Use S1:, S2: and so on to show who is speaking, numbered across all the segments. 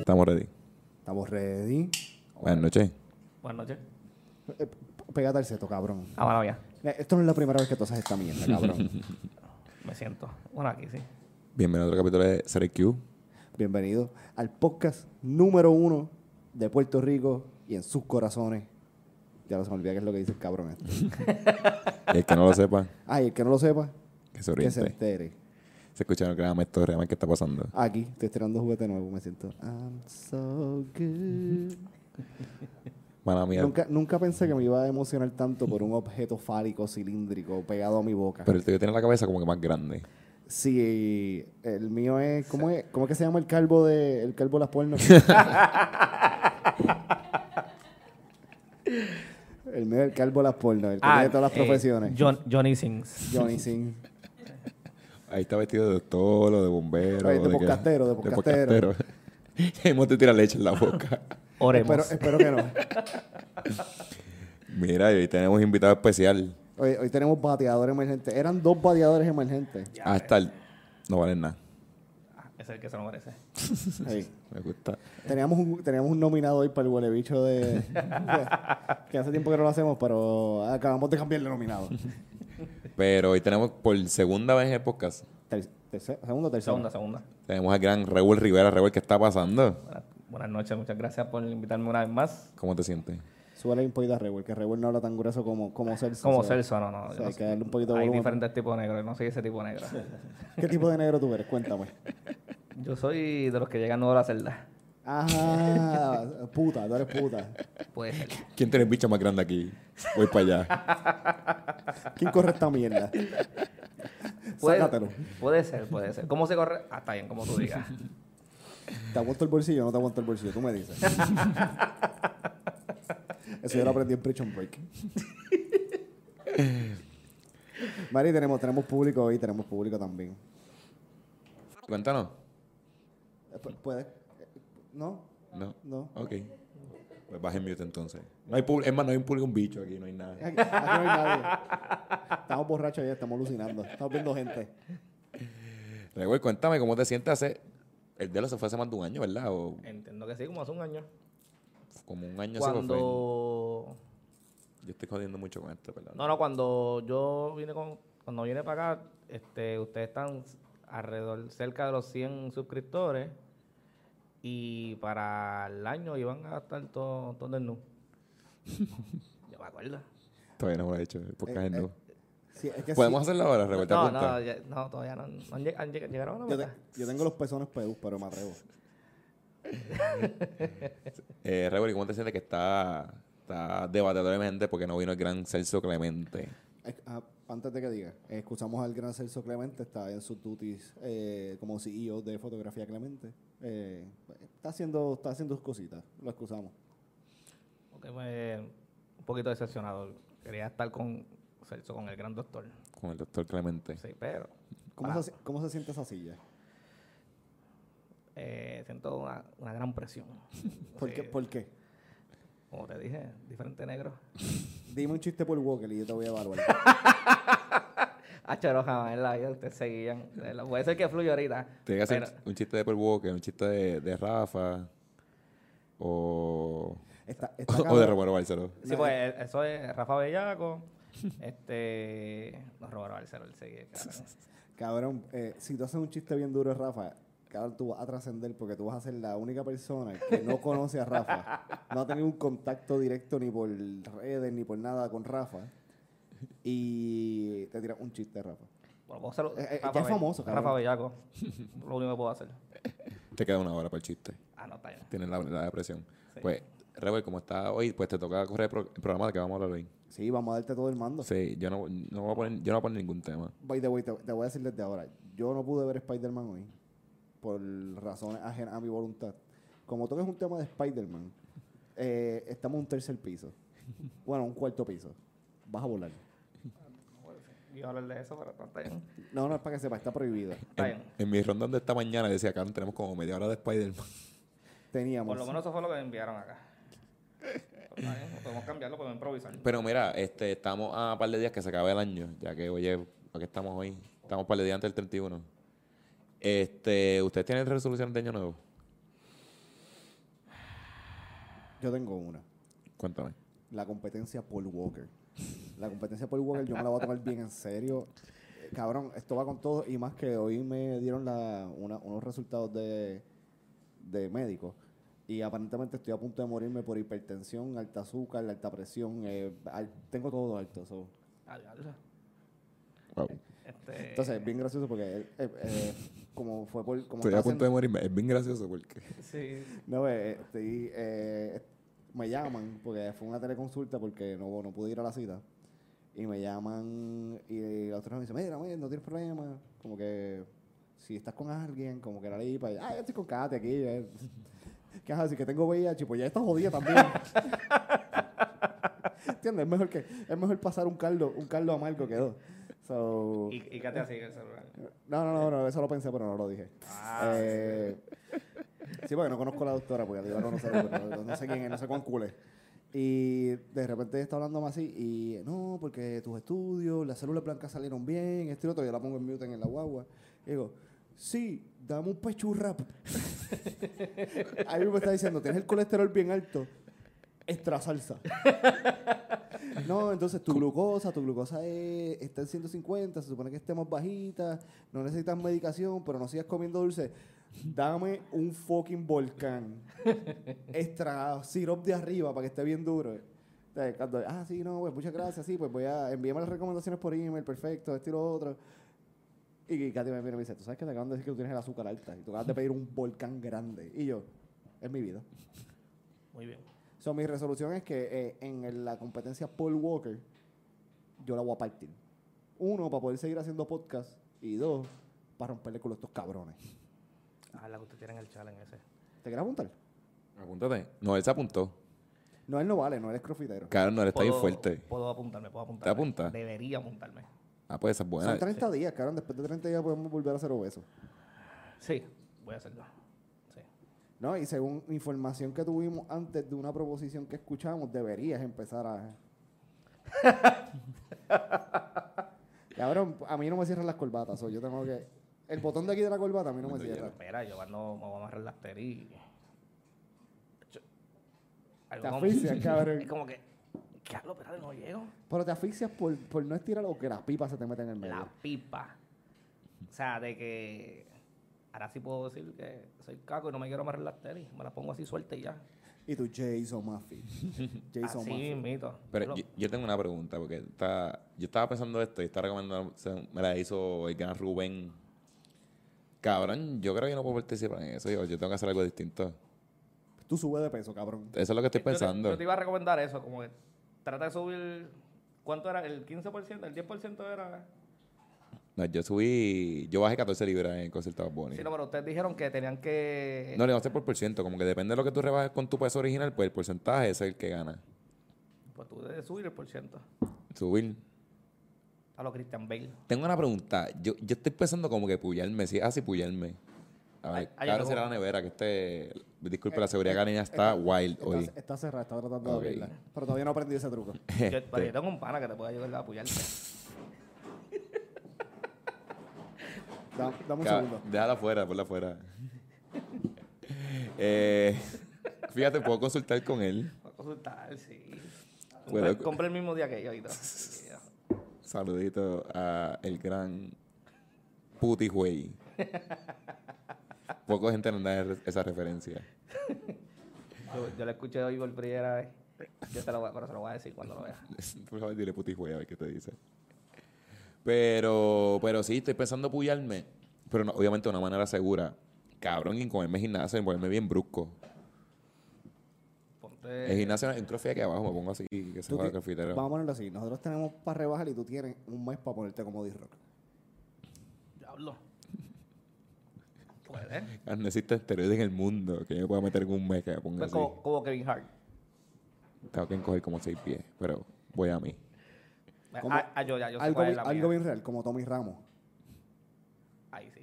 S1: Estamos ready.
S2: Estamos ready.
S1: Buenas noches.
S3: Buenas noches.
S2: Eh, p- Pégate al seto, cabrón.
S3: Ah, bueno, ya.
S2: Eh, Esto no es la primera vez que tú haces esta mierda, cabrón.
S3: Me siento. Bueno, aquí sí.
S1: Bienvenido a otro capítulo de Serie Q.
S2: Bienvenido al podcast número uno de Puerto Rico y en sus corazones. Ya no se me olvida qué es lo que dice el cabrón este.
S1: Y el que no lo sepa,
S2: Ay, el que no lo sepa,
S1: que se
S2: que se
S1: oriente.
S2: entere.
S1: Se escucharon que nada más esto realmente que está pasando.
S2: Aquí, estoy estrenando juguete nuevo, me siento. I'm so good.
S1: Mala mía.
S2: Nunca, nunca pensé que me iba a emocionar tanto por un objeto fálico cilíndrico pegado a mi boca.
S1: Pero el tuyo tiene la cabeza como que más grande.
S2: Sí, el mío es ¿cómo, es. ¿Cómo es que se llama el calvo de el calvo de las pornos? el mío es el calvo de las pornos, el que tiene todas las
S3: eh,
S2: profesiones.
S3: John- Johnny Sings.
S2: Johnny Sin.
S1: Ahí está vestido de tolo, de bombero.
S2: Ay, de
S1: qué?
S2: podcastero, de podcastero.
S1: podcastero. Y Hemos te tira leche en la boca.
S3: Oremos.
S2: Espero, espero que no.
S1: Mira, y hoy tenemos invitado especial.
S2: Hoy, hoy tenemos bateadores emergentes. Eran dos bateadores emergentes.
S1: Hasta el. No valen nada.
S3: Ah, ese es el que se lo merece.
S2: Ahí.
S1: Me gusta.
S2: Teníamos un, teníamos un nominado hoy para el huele bicho de. que hace tiempo que no lo hacemos, pero acabamos de cambiar el nominado.
S1: Pero hoy tenemos por segunda vez en el podcast.
S2: Ter- tercer- segundo, tercero.
S3: Segunda, segunda.
S1: Tenemos al gran Raúl Rivera. Raúl, ¿qué está pasando?
S3: Buenas, buenas noches. Muchas gracias por invitarme una vez más.
S1: ¿Cómo te sientes?
S2: Súbale un poquito a Rewell, que Rewell no habla tan grueso como, como Celso.
S3: Como
S2: o sea,
S3: Celso, no, no.
S2: o
S3: yo
S2: sea,
S3: no
S2: hay que
S3: sé.
S2: darle un poquito de
S3: Hay
S2: volumen.
S3: diferentes tipos de negros. Yo No soy ese tipo de negro.
S2: ¿Qué tipo de negro tú eres? Cuéntame.
S3: Yo soy de los que llegan nuevo a la celda.
S2: Ajá, Ah, puta, tú eres puta.
S3: Puede ser.
S1: ¿Quién tiene el bicho más grande aquí? Voy para allá.
S2: ¿Quién corre esta mierda?
S3: Puede,
S2: Sácatelo.
S3: puede ser, puede ser. ¿Cómo se corre? Ah, está bien, como tú digas.
S2: ¿Te aguanto el bolsillo o no te aguanto el bolsillo? Tú me dices. Eso yo lo aprendí en Prison Break. Mari, tenemos, tenemos público hoy, tenemos público también.
S1: Cuéntanos.
S2: Eh, pu- ¿Puedes? eh, ¿No?
S1: No.
S2: No.
S1: Ok. Pues baje mute entonces. No hay pub- es más, no hay un público, un bicho aquí, no hay nada.
S2: Aquí, aquí no hay nadie. Estamos borrachos ya, estamos alucinando. Estamos viendo gente.
S1: Recuerda, cuéntame cómo te sientes hace. El de se fue hace más de un año, ¿verdad? O
S3: Entiendo que sí, como hace un año.
S1: como un año se fue.
S3: Cuando.
S1: Yo estoy jodiendo mucho con esto, ¿verdad?
S3: No, no, cuando yo vine con, cuando vine para acá, este, ustedes están alrededor, cerca de los 100 suscriptores y para el año iban a estar todos todo desnudos. Yo me acuerdo.
S1: Todavía no lo he hecho. Porque
S2: Eh,
S1: es no.
S2: Sí, es que
S1: ¿Podemos
S2: sí.
S1: hacerlo ahora, Revuelta
S3: No,
S1: Punta?
S3: no, ya- no, todavía no, no han lleg- han lleg- llegaron a la
S2: Yo, te-
S3: meta.
S2: yo tengo los pezones pedus, pero me atrevo.
S1: Eh, Raúl, ¿y ¿cómo te sientes que está, está debatidoramente porque no vino el gran Celso Clemente?
S2: Eh, ah, antes de que diga, eh, escuchamos al gran Celso Clemente, está en sus duties eh, como CEO de Fotografía Clemente. Eh, está haciendo está haciendo sus cositas, lo excusamos.
S3: Porque me- pues, un poquito decepcionado. Quería estar con Celso, con el gran doctor.
S1: Con el doctor Clemente.
S3: Sí, pero
S2: ¿Cómo,
S3: Ah.
S2: se, ¿Cómo se siente esa silla?
S3: eh, siento una, una gran presión.
S2: ¿Por,
S3: Sí,
S2: qué, ¿Por qué?
S3: Como te dije, diferente negro.
S2: Dime un chiste por Walker y yo te voy a evaluar.
S3: Ah, chero, jamás en la vida ustedes seguían. De la- Puede ser que fluya ahorita.
S1: Tiene que hacer
S3: pero-
S1: un chiste de Paul Walker, un chiste de, de Rafa o,
S2: Está, está
S1: o de
S2: cabrón.
S1: Romero Barceló.
S3: Sí, pues eso es Rafa Bellaco. este. No robaron al cero el seguir. cabrón.
S2: Cabrón, eh, si tú haces un chiste bien duro de Rafa, cabrón, tú vas a trascender porque tú vas a ser la única persona que no conoce a Rafa. No ha tenido un contacto directo ni por redes ni por nada con Rafa. Y te tiras un chiste de Rafa.
S3: Bueno, puedo hacerlo.
S2: Eh, eh,
S3: Rafa
S2: ya es
S3: Be-
S2: famoso, cabrón.
S3: Rafa Bellaco. Lo único que puedo hacer.
S1: Te queda una hora para el chiste.
S3: Ah, no, está bien.
S1: Tienes la, la depresión.
S3: Sí.
S1: Pues, Raúl, como está hoy, pues te toca correr el, pro- el programa de que vamos a hablar hoy.
S2: Sí, vamos a darte todo el mando.
S1: Sí, yo no, no voy a poner, yo no voy a poner ningún tema.
S2: By the way, te, te voy a decir desde ahora. Yo no pude ver Spider-Man hoy por razones ajenas a mi voluntad. Como toques un tema de Spider-Man, eh, estamos en un tercer piso. Bueno, un cuarto piso. Vas a volar.
S3: Iba a hablar de eso, pero no, está bien.
S2: No, no es para que sepa, está prohibido.
S3: Está
S1: En,
S3: bien.
S1: en mi ronda de esta mañana decía, acá tenemos como media hora de Spider-Man.
S2: Teníamos.
S3: Por lo menos eso fue lo que me enviaron acá. Pero está bien, podemos cambiarlo, podemos improvisar.
S1: Pero mira, este, estamos a un par de días que se acaba el año, ya que oye, ¿a qué estamos hoy? Estamos un par de días antes del 31. Este, ¿Ustedes tienen resoluciones de año nuevo?
S2: Yo tengo una.
S1: Cuéntame.
S2: La competencia Paul Walker. La competencia Paul Walker yo me la voy a tomar bien en serio. Eh, Cabrón, esto va con todo y más que hoy me dieron la, una- unos resultados de, de médico y aparentemente estoy a punto de morirme por hipertensión, alta azúcar, alta presión. eh, al- tengo todo alto. so.
S3: Ah, diablo.
S1: Wow.
S3: Este,
S2: Entonces, es bien gracioso porque eh, eh, eh, como fue por... Como
S1: Estoy
S2: está
S1: a punto de
S2: haciendo-
S1: morirme. Es bien gracioso porque.
S3: sí.
S2: No, eh, estoy, eh, me llaman, porque fue una teleconsulta porque no, no pude ir a la cita. Y me llaman y la otra me dice, mira, mira, no tienes problema. Como que si estás con alguien, como que la ley para ah, yo estoy con Kate aquí. eh". ¿Qué vas a decir? Que tengo VIH, pues ya estás jodida también. ¿Entiendes? Es mejor, que, es mejor pasar un caldo, un caldo amargo que dos. So,
S3: Y, y qué te hace el celular.
S2: no, no, no, no, eso lo pensé, pero no lo dije.
S3: Ah.
S2: Eh, sí, porque no conozco a la doctora, porque la iba a conocer, pero no, no sé quién es, no sé cuán cool es. Y de repente está hablándome así, y no, porque tus estudios, las células blancas salieron bien, esto y lo otro, yo la pongo en mute en la guagua. Y digo, sí, dame un pechurrap. Ahí me está diciendo, tienes el colesterol bien alto, extra salsa. No, entonces tu glucosa, tu glucosa es- está en 150, se supone que esté más bajita, no necesitas medicación, pero no sigas comiendo dulce. Dame un fucking volcán. Extra sirop de arriba para que esté bien duro. O sea, cuando, ah, sí, no, pues muchas gracias, sí, pues voy a enviarme las recomendaciones por email, perfecto, esto y lo otro. Y Katy me mira y me dice, tú sabes que te acaban de decir que tú tienes el azúcar alta y tú acabas de pedir un volcán grande. Y yo, es mi vida.
S3: Muy bien.
S2: So, mi resolución es que eh, en el- la competencia Paul Walker, yo la voy a partir. Uno, para poder seguir haciendo podcast. Y dos, para romperle con estos cabrones.
S3: Ah, la que usted tiene en el challenge ese.
S2: ¿Te quieres apuntar?
S1: Apúntate. No, él se apuntó.
S2: No, él no vale, no, él es crofitero.
S1: Claro, no, él está bien
S3: Puedo-
S1: fuerte.
S3: Puedo apuntarme, puedo apuntarme.
S1: apunta?
S3: Debería apuntarme.
S1: Ah, pues esa es buena.
S2: Son 30 días, cabrón. Después de 30 días podemos volver a hacer obesos.
S3: Sí, voy a hacerlo. Sí.
S2: No, y según información que tuvimos antes de una proposición que escuchamos, deberías empezar a. cabrón, a mí no me cierran las corbatas. so, yo tengo que. El botón de aquí de la corbata a mí no me
S1: Bueno, ya
S2: cierra.
S3: Espera, yo cuando me voy a amarrar las teris. Yo- algo
S2: Te
S3: como-
S2: asfixias, cabrón.
S3: Es como que. ¿Qué hablo? Espérate, no llego.
S2: Pero te asfixias por, por no estirar o que las pipas se te meten en el medio.
S3: La pipa. O sea, de que. Ahora sí puedo decir que soy caco y no me quiero amarrar las tenis. Me las pongo así suelta y ya.
S2: Y tu Jason Murphy. Jason
S3: Así
S2: Murphy.
S3: mito.
S1: Pero yo, yo tengo una pregunta, porque está, yo estaba pensando esto y está recomendando, se- me la hizo el gran Rubén. Cabrón, yo creo que yo no puedo participar en eso, yo, yo tengo que hacer algo distinto.
S2: Tú subes de peso, cabrón.
S1: Eso es lo que estoy
S3: Yo te-
S1: pensando.
S3: Yo te, iba a recomendar eso, como que trata de subir. ¿Cuánto era? ¿El 15%? ¿El 10% era?
S1: No, yo subí, yo bajé 14 libras en el concierto de Bad Bunny.
S3: Sí, no, eh. pero ustedes dijeron que tenían que.
S1: No, le va a hacer por por ciento, como que depende de lo que tú rebajes con tu peso original, pues el porcentaje es el que gana.
S3: Pues tú debes subir el por ciento.
S1: Subir.
S3: A lo Christian Bale.
S1: Tengo una pregunta, yo, yo estoy pensando como que pullarme, sí, así pullarme. A ver,
S3: Ay, Eh, ay,
S1: claro,
S3: no.
S1: será la nevera que este, disculpe, la seguridad canina está wild
S2: Eh, Está,
S1: hoy.
S2: está cerrada, está tratando de
S1: Ok.
S2: abrirla. Pero todavía no aprendí ese truco.
S3: Yo,
S1: Este.
S3: pero yo tengo un pana que te puede ayudar a apoyarte.
S2: Da- dame un
S1: Ca-
S2: segundo.
S1: Déjala afuera, ponla afuera. Eh, fíjate, puedo consultar con él.
S3: Va a consultar, sí.
S1: Bueno,
S3: Compré,
S1: cu-
S3: compré el mismo día que yo y todo. Sí, ya.
S1: Saludito a el gran Puti Huey. Poco gente nos da re- esa referencia.
S3: Yo, yo lo escuché hoy por primera vez. Yo te lo voy, a- pero se lo voy a decir cuando lo vea.
S1: Por favor, dile Puti Huey a ver qué te dice. Pero, pero sí, estoy pensando pullarme. Pero no- obviamente de una manera segura. Cabrón, y comerme gimnasio y ponerme bien brusco. El
S3: Ponte.
S1: gimnasio en crossfit aquí abajo, me pongo así, que se
S2: Tú
S1: juega
S2: ti-
S1: crossfitero.
S2: Vamos a ponerlo así. Nosotros tenemos para rebajar y tú tienes un mes para ponerte como D-Rock.
S3: Diablo. Puede.
S1: Ah, No existe esteroides en el mundo que yo me pueda meter en un mes que me ponga
S3: Pues
S1: así.
S3: como, como Kevin Hart.
S1: Tengo que encoger como seis pies, pero voy a mí.
S2: Como-
S3: Ah, ah, yo ya, yo sé
S2: Algo,
S3: cuál es
S2: bien,
S3: la
S2: algo
S3: mía.
S2: bien real, como Tommy Ramos.
S3: Ahí sí.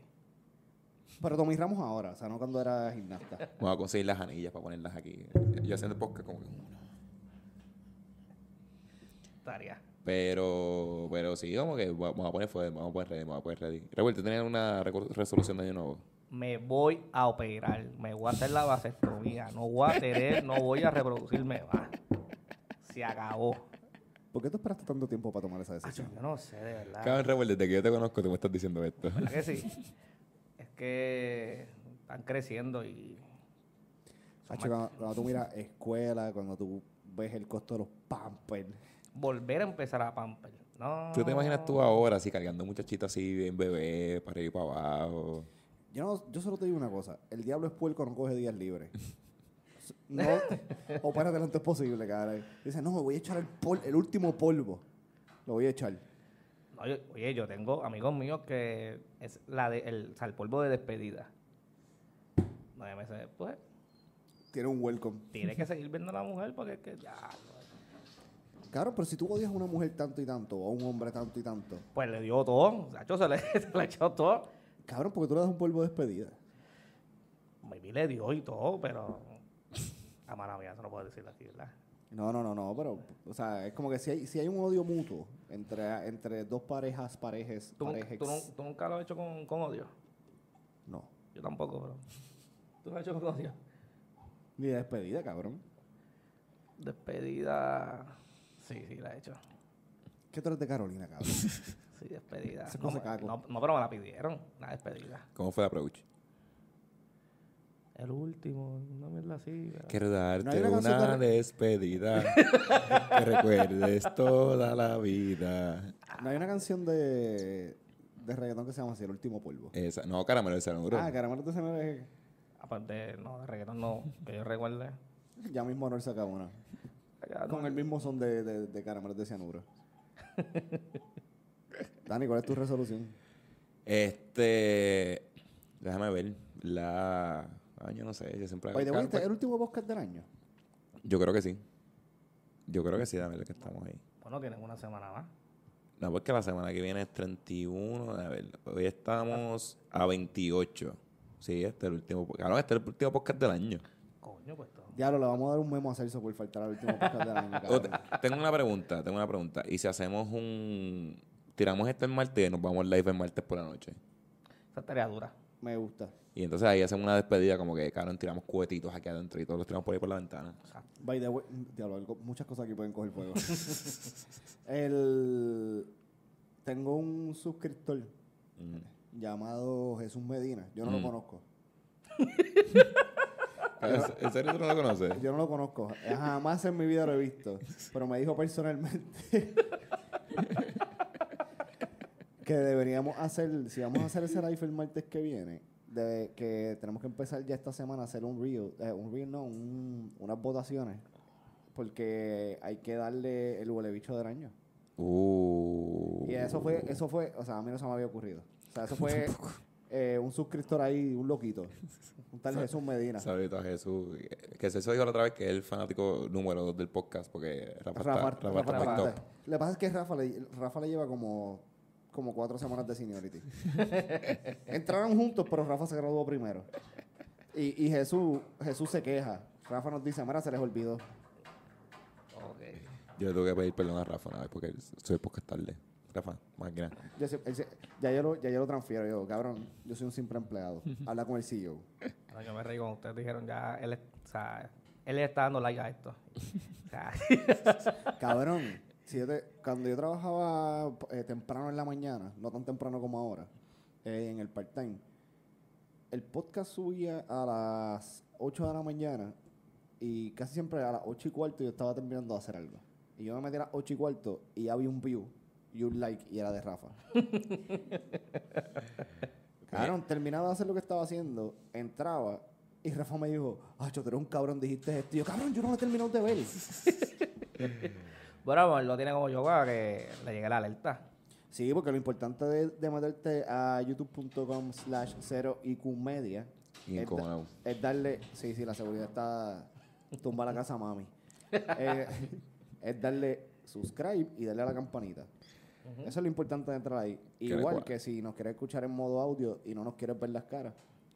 S2: Pero Tommy Ramos ahora, o sea, no cuando era gimnasta.
S1: Voy a conseguir las anillas para ponerlas aquí. Yo haciendo podcast como que...
S3: Estaría.
S1: Pero, pero sí, como que va- vamos a poner fuego, vamos a poner ready, vamos a poner ready. Revuelta, ¿tenías una reco- resolución de año nuevo?
S3: me voy a operar, me voy a hacer la vasectomía, no voy a tener, no voy a reproducirme más. Se acabó.
S2: ¿Por qué tú esperaste tanto tiempo para tomar esa
S3: Ah, yo
S2: decisión?
S3: no sé, de verdad.
S2: Ah.
S1: Cabrón, Raúl, desde que yo te conozco, tú me estás diciendo esto.
S3: ¿Verdad que sí? Es que están creciendo y
S2: Hacho, cuando, cuando tú miras escuela, cuando tú ves el costo de los pampers.
S3: volver a empezar a pamper. No.
S1: ¿Tú te imaginas
S2: Ah.
S1: tú ahora así cargando muchachitas así bien bebé para ir para abajo?
S2: Yo, no, yo solo te digo una cosa. El diablo es puerco, no coge días libres. No, opérate lo antes posible, cabrón. Dice, no, me voy a echar el, pol- el último polvo. Lo voy a echar.
S3: No, yo- oye, yo tengo amigos míos que es la de, el, o sea, el polvo de despedida. Nueve meses después,
S2: Tiene un welcome.
S3: tiene que seguir viendo a la mujer porque es que ya.
S2: Cabrón, pero si tú odias a una mujer tanto y tanto, o a un hombre tanto y tanto,
S3: Pues le dio todo, Sacho, se le, se le echó todo.
S2: cabrón, porque tú le das un polvo de despedida.
S3: Maybe le dio y todo, pero. A mala mía, eso no puedo decirlo aquí, ¿verdad?
S2: No, no, no, no, pero, o sea, es como que si hay, si hay un odio mutuo entre, entre dos parejas, parejes,
S3: ¿Tú, nunca-
S2: parejes.
S3: tú nun- tú nunca lo has hecho con, con odio?
S2: No.
S3: Yo tampoco, pero. ¿Tú lo has hecho con odio?
S2: Ni de despedida, cabrón.
S3: Despedida. Sí, sí, la he hecho.
S2: ¿Qué tú eres de Carolina, cabrón?
S3: Sí, despedida.
S2: Eso es
S3: No,
S2: cosa caco.
S3: no, no, pero me la pidieron, la despedida.
S1: ¿Cómo fue el approach?
S2: Ah.
S3: El último, no me la así. pero-
S1: Quiero
S2: No hay
S1: darte
S2: una canción
S1: una
S2: de-
S1: despedida que recuerdes toda la vida.
S2: no hay
S1: Ah,
S2: una canción de, de reggaetón que se llama así, El Último Polvo.
S1: Esa, Eh, no, caramelo de Sanuro.
S2: Ah, Caramelo de Cenero es-
S3: Aparte, no, de reggaetón no, que yo recuerde.
S2: Ya mismo Anuel saca una.
S3: Ya, no,
S2: Con el mismo son de, de, de Caramelos de Cianuro. Dani, ¿cuál es tu resolución?
S1: Este. Déjame ver. La. ah, yo no sé. Yo siempre.
S2: Oye,
S1: Claro,
S2: ¿este es
S1: pues,
S2: el último podcast del año?
S1: Yo creo que sí. Yo creo que sí, dame que estamos ahí.
S3: Bueno, tienen una semana más.
S1: No, porque la semana que viene es 31. A ver, hoy estamos a 28. Sí, este es el último. po- Cabrón, este es el último podcast del año.
S3: Coño, pues todo.
S2: Diablo, le vamos a dar un memo a Celso por faltar al último podcast del año. cabrón.
S1: Otra- tengo una pregunta, tengo una pregunta. ¿Y si hacemos un. Tiramos esto el martes y nos vamos live el martes por la noche?
S3: Esa tarea dura.
S2: Me gusta.
S1: Y entonces ahí hacemos una despedida, como que, cabrón, tiramos cohetitos aquí adentro y todos los tiramos por ahí por la ventana.
S2: By the way, diablo, algo- muchas cosas aquí pueden coger fuego. El- tengo un suscriptor llamado Jesús Medina. Yo no
S1: Mm.
S2: lo conozco.
S1: ¿En en serio tú no lo conoces?
S2: Yo no lo conozco. Jamás en mi vida lo he visto. Pero me dijo personalmente que deberíamos hacer, si vamos a hacer ese live el martes que viene, de que tenemos que empezar ya esta semana a hacer un reel, eh, un reel no, un- unas votaciones. Porque hay que darle el huele bicho del año.
S1: Uh.
S2: Y eso fue, eso fue, o sea, a mí no se me había ocurrido. O sea, eso fue eh, un suscriptor ahí, un loquito. Un tal Jesús Medina.
S1: Saludito a Jesús. Que- Que se dijo la otra vez que es el fanático número dos del podcast, porque Rafa, está-
S2: Rafa,
S1: Rafa está
S2: Rafa,
S1: muy
S2: Rafa.
S1: top.
S2: Lo que pasa es que Rafa le, Rafa le lleva como, como cuatro semanas de seniority. Entraron juntos, pero Rafa se graduó primero. Y, y Jesús, Jesús se queja. Rafa nos dice, mira, se les olvidó.
S3: Ok.
S1: Yo le tuve que pedir perdón a Rafa una vez porque soy podcast tarde. Rafa, más que nada.
S2: Yo se- él se- ya, yo lo, ya yo lo transfiero. Yo, cabrón, yo soy un simple empleado. Habla con el E CEO.
S3: Bueno, yo me reí con ustedes. Dijeron ya, él, es- o sea, él le está dando like a esto. O sea,
S2: Cabrón, si yo te- cuando yo trabajaba eh, temprano en la mañana, no tan temprano como ahora, eh, en el part-time, el podcast subía a las 8 de la mañana y casi siempre a las 8 y cuarto yo estaba terminando de hacer algo. Y yo me metí a las 8 y cuarto y había un view y un like y era de Rafa. Cabrón, terminaba de hacer lo que estaba haciendo, entraba y Rafa me dijo, ah, tú eres un cabrón, dijiste esto. Y yo, cabrón, yo no lo he terminado de ver.
S3: bueno, pues, lo tiene como yo para que le llegue la alerta.
S2: Sí, porque lo importante de, de meterte a youtube.com slash 0IQ media
S1: Y
S2: es, da-
S1: como
S2: es darle... Sí, sí, la seguridad está... Tumba la casa, mami. Eh, es darle subscribe y darle a la campanita. Eso es lo importante de entrar ahí. Igual
S1: recuerda.
S2: que si nos quieres escuchar en modo audio y no nos quieres ver las caras,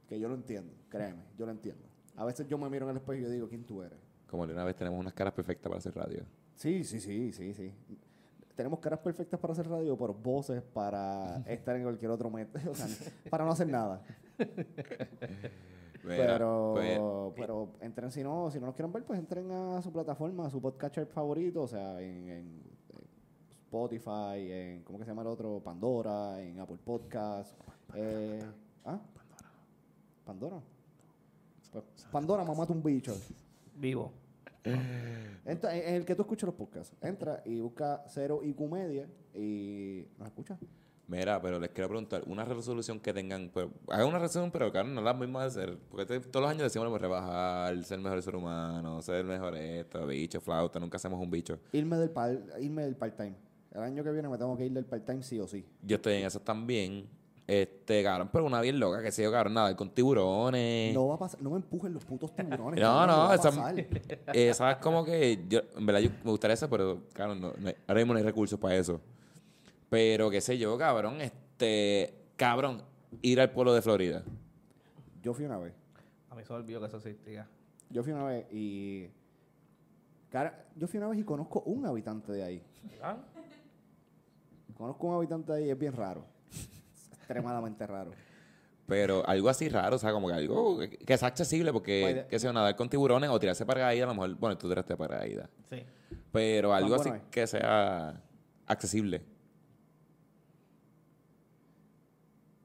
S2: que yo lo entiendo, créeme, yo lo entiendo. A veces yo me miro en el espejo y yo digo, ¿quién tú eres?
S1: como de una vez tenemos unas caras perfectas para hacer radio.
S2: Sí, sí, sí, sí, sí. Tenemos caras perfectas para hacer radio, pero voces para estar en cualquier otro método, o sea, para no hacer nada.
S1: Mira,
S2: pero,
S1: pues,
S2: pero entren, si no, si no nos quieren ver, pues entren a su plataforma, a su podcatcher favorito, o sea, en, en- en Spotify, en, ¿cómo que se llama el otro? Pandora, en Apple Podcast. eh, ¿ah? Pandora. Pues, Pandora, mamá, un bicho.
S3: Vivo.
S2: Entra, en en el que tú escuchas los podcasts. Entra y busca Cero y Comedia y nos escucha.
S1: mira, pero les quiero preguntar, una resolución que tengan, pues, hagan una resolución, pero claro, no las mismas de ser, porque te- todos los años decimos, bueno, rebajar, ser mejor ser humano, ser mejor esto, bicho, flauta, nunca hacemos un bicho.
S2: Irme del, pal- irme del part-time. El año que viene me tengo que ir del part-time sí o sí.
S1: Yo estoy en esas también, este, cabrón, pero una bien loca, que se yo, cabrón, nada, con tiburones.
S2: No va a pasar, no me empujen los putos tiburones.
S1: Eh. No,
S2: cabrón,
S1: no,
S2: va a
S1: esa,
S2: pasar.
S1: esa es como que. Yo, en verdad, yo me gustaría esa, pero claro, no, no hay- ahora mismo no hay recursos para eso. Pero qué sé yo, cabrón, este. Cabrón, ir al pueblo de Florida.
S2: Yo fui una vez.
S3: A mí se me olvidó que eso existía.
S2: Yo fui una vez y. Cara, yo fui una vez y conozco un habitante de ahí.
S3: ¿Ah?
S2: Conozco un habitante de ahí, es bien raro. Es extremadamente raro.
S1: Pero algo así raro, o sea, como que algo que, que sea accesible, porque,
S2: Pues,
S1: qué sé yo, nadar con tiburones o tirarse paracaídas, a lo mejor, bueno, tú tiraste paracaídas.
S3: Sí.
S1: Pero algo
S2: ¿Cuán
S1: así
S2: bueno es?
S1: que sea accesible.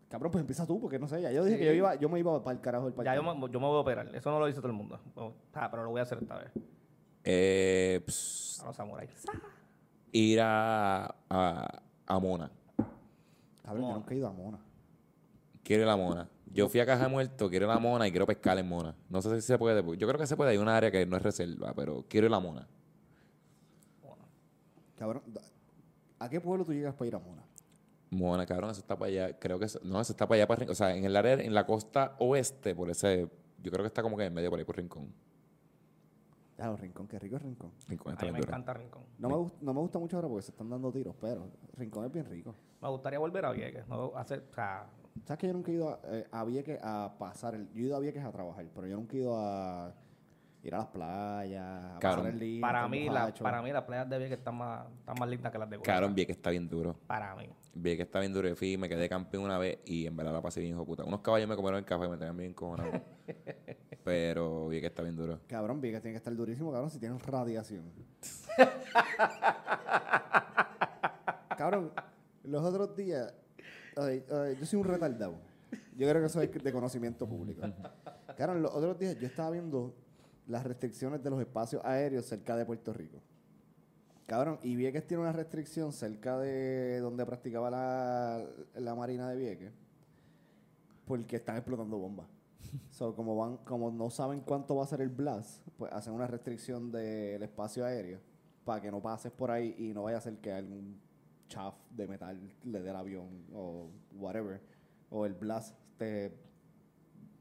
S2: Cabrón, pues empieza tú, porque no sé, ya yo dije
S3: Sí.
S2: que yo iba, yo me iba para el carajo del
S3: Ya
S2: parque.
S3: yo me, yo me voy a operar. Eso no lo hizo todo el mundo. Bueno, ah, pero lo voy a hacer esta vez.
S1: Eh, ps,
S3: A los samuráis.
S1: ir a, a, a Mona.
S2: Cabrón, yo
S3: Mona.
S2: nunca he ido a Mona.
S1: Quiero ir a la mona. Yo fui a Caja de Muerto, quiero ir a la mona y quiero pescar en mona. No sé si se puede. porque Yo creo que se puede. Hay una área que no es reserva, pero quiero ir a la mona.
S2: Cabrón, da- ¿a qué pueblo tú llegas para ir a Mona?
S1: Mona, cabrón, eso está para allá. Creo que eso, no, eso está para allá. Para, Rincón. o sea, en el área, en la costa oeste, por ese. Yo creo que está como que en medio por ahí, por Rincón.
S2: Claro, Rincón, qué rico es Rincón.
S1: Rincón
S3: A
S1: está
S3: mí
S1: bien
S3: me
S1: duro.
S3: encanta Rincón.
S2: No me, gust- no me gusta mucho ahora porque se están dando tiros, pero Rincón es bien rico.
S3: Me gustaría volver a Vieques. No hacer, o sea,
S2: ¿Sabes que yo nunca he ido a, eh, a Vieques a pasar el... Yo he ido a Vieques a trabajar, pero yo nunca he ido a ir a las playas, a
S1: Cabrón.
S2: pasar el día.
S3: para,
S2: estar
S3: mí, la,
S2: borracho.
S3: para mí las playas de Vieques están más, están más lindas que las de Guayama.
S1: Cabrón, vi que está bien duro.
S3: Para mí.
S1: Vi que está bien duro. Yo fui, me quedé campeón una vez y en verdad la pasé bien, hijo de puta. Unos caballos me comieron el café me tenían bien cojonado. pero vi que está bien duro.
S2: Cabrón, Vieques tiene que estar durísimo, cabrón, si tienen radiación. cabrón, los otros días... ay, ay, yo soy un retardado. Yo creo que eso es de conocimiento público. Cabrón, los otros días yo estaba viendo las restricciones de los espacios aéreos cerca de Puerto Rico. Cabrón, y Vieques tiene una restricción cerca de donde practicaba la, la marina de Vieques. Porque están explotando bombas. So, como van, como no saben cuánto va a ser el blast, pues hacen una restricción del espacio aéreo para que no pases por ahí y no vaya a ser que algún chaf de metal le dé el avión o whatever. O el blast te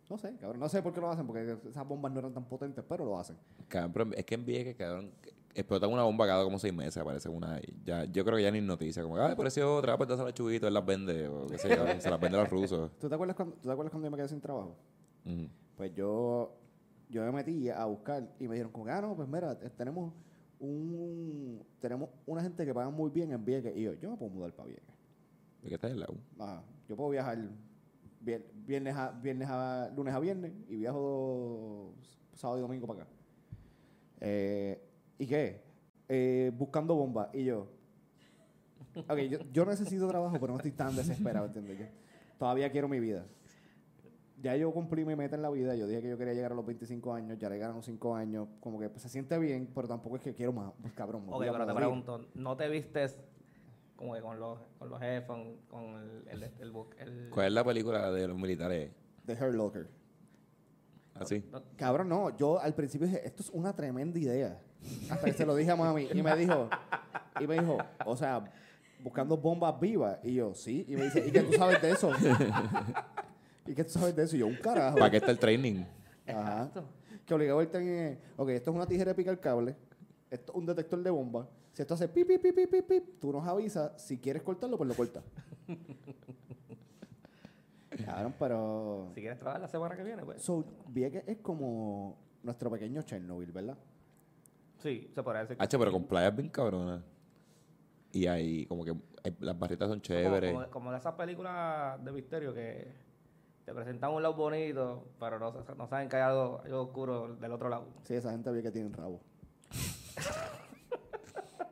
S2: no sé, cabrón. No sé por qué lo hacen, porque esas bombas no eran tan potentes, pero lo hacen.
S1: Cabrón, pero es que en Vieques, cabrón, explotan una bomba cada como seis meses, aparece una. y Ya, yo creo que ya ni noticia. Como, ay, apareció otra, pues dásela a Chubito, él las vende, o qué sé yo, se las vende a los rusos. Mm.
S2: ¿Tú te acuerdas cuando, ¿tú te acuerdas cuando yo me quedé sin trabajo?
S1: Ujú.
S2: Pues yo, yo me metí a buscar y me dijeron, como, que, ah, no, pues mira, eh, tenemos un tenemos una gente que paga muy bien en Vieques. Y yo, yo me puedo mudar para Vieques.
S1: Vieques está del lado.
S2: Ajá, Ah, yo puedo viajar vier- viernes a, viernes a, lunes a viernes y viajo sábado y domingo para acá. Eh, ¿Y qué? Eh, buscando bombas. Y yo. Ok, yo, yo necesito trabajo, pero no estoy tan desesperado, ¿entiendes? Yo todavía quiero mi vida. Ya yo cumplí mi meta en la vida. Yo dije que yo quería llegar a los 25 años. Ya le ganaron 5 años. Como que pues, se siente bien, pero tampoco es que quiero más. Pues, cabrón, me
S3: Ok,
S2: voy a
S3: pero te
S2: morir.
S3: pregunto, ¿no te vistes como que con los, con los headphones, con el, el, el, bu- el-
S1: ¿Cuál es la película de los militares?
S2: The Hair Locker.
S1: Así.
S3: no-
S2: Cabrón, no, yo al principio dije, esto es una tremenda idea. Hasta que se lo dije a mami y me dijo, y me dijo, o sea, buscando bombas vivas. Y yo, sí. Y me dice, ¿y qué tú sabes de eso? ¿Y qué tú sabes de eso? Y yo, un carajo.
S1: ¿Para qué está el training?
S2: Ajá.
S3: Exacto.
S2: Que obligado él tenía, ok, esto es una tijera de picar cable, esto es un detector de bomba. Si esto hace pip, pip, pip, pip, pip, pip, tú nos avisas, si quieres cortarlo, pues lo cortas. Cabrón, pero...
S3: Si quieres trabajar la semana que viene, pues.
S2: So, Vieques es como nuestro pequeño Chernobyl, ¿verdad?
S3: Sí, se podría decir. que-
S1: Hacho, pero con playas bien cabronas. Y ahí, como que hay- eh, las barritas son
S3: como,
S1: chéveres.
S3: como, como de esas películas de misterio que, te presentan un lado bonito, pero no, sa- no saben que hay algo, algo oscuro del otro lado.
S2: Sí, esa gente bien que tienen rabo.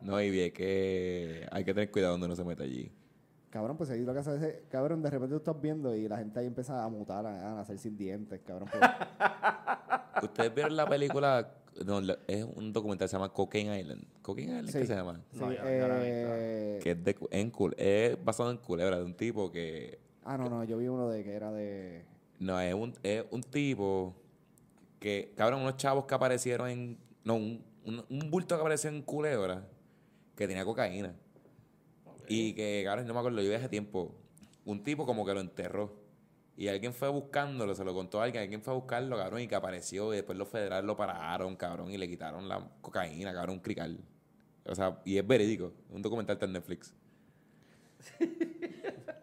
S1: No, y bien que hay que tener cuidado donde uno se mete allí.
S2: Cabrón, pues ahí lo que hace es, cabrón, de repente tú estás viendo y la gente ahí empieza a mutar, a, a nacer sin dientes, cabrón. pues.
S1: Ustedes vieron la película, no, la- es un documental que se llama Cocaine Island. Cocaine Island, ¿qué
S2: Sí.
S1: se llama?
S2: Sí,
S3: No, yo- yo no la he visto.
S2: eh,
S1: Que es, de, cu- en cul- es basado en culebra de un tipo que
S2: ah, no, no, yo vi uno de que era de...
S1: No, es un, es un tipo que, cabrón, unos chavos que aparecieron en. No, un, un, un bulto que apareció en Culebra que tenía cocaína. Y que, cabrón, no me acuerdo, yo vi hace tiempo. Un tipo como que lo enterró. Y alguien fue buscándolo, se lo contó a alguien, alguien fue a buscarlo, cabrón, y que apareció. Y después los federales lo pararon, cabrón, y le quitaron la cocaína, cabrón, un crical. O sea, y es verídico. Un documental está en Netflix.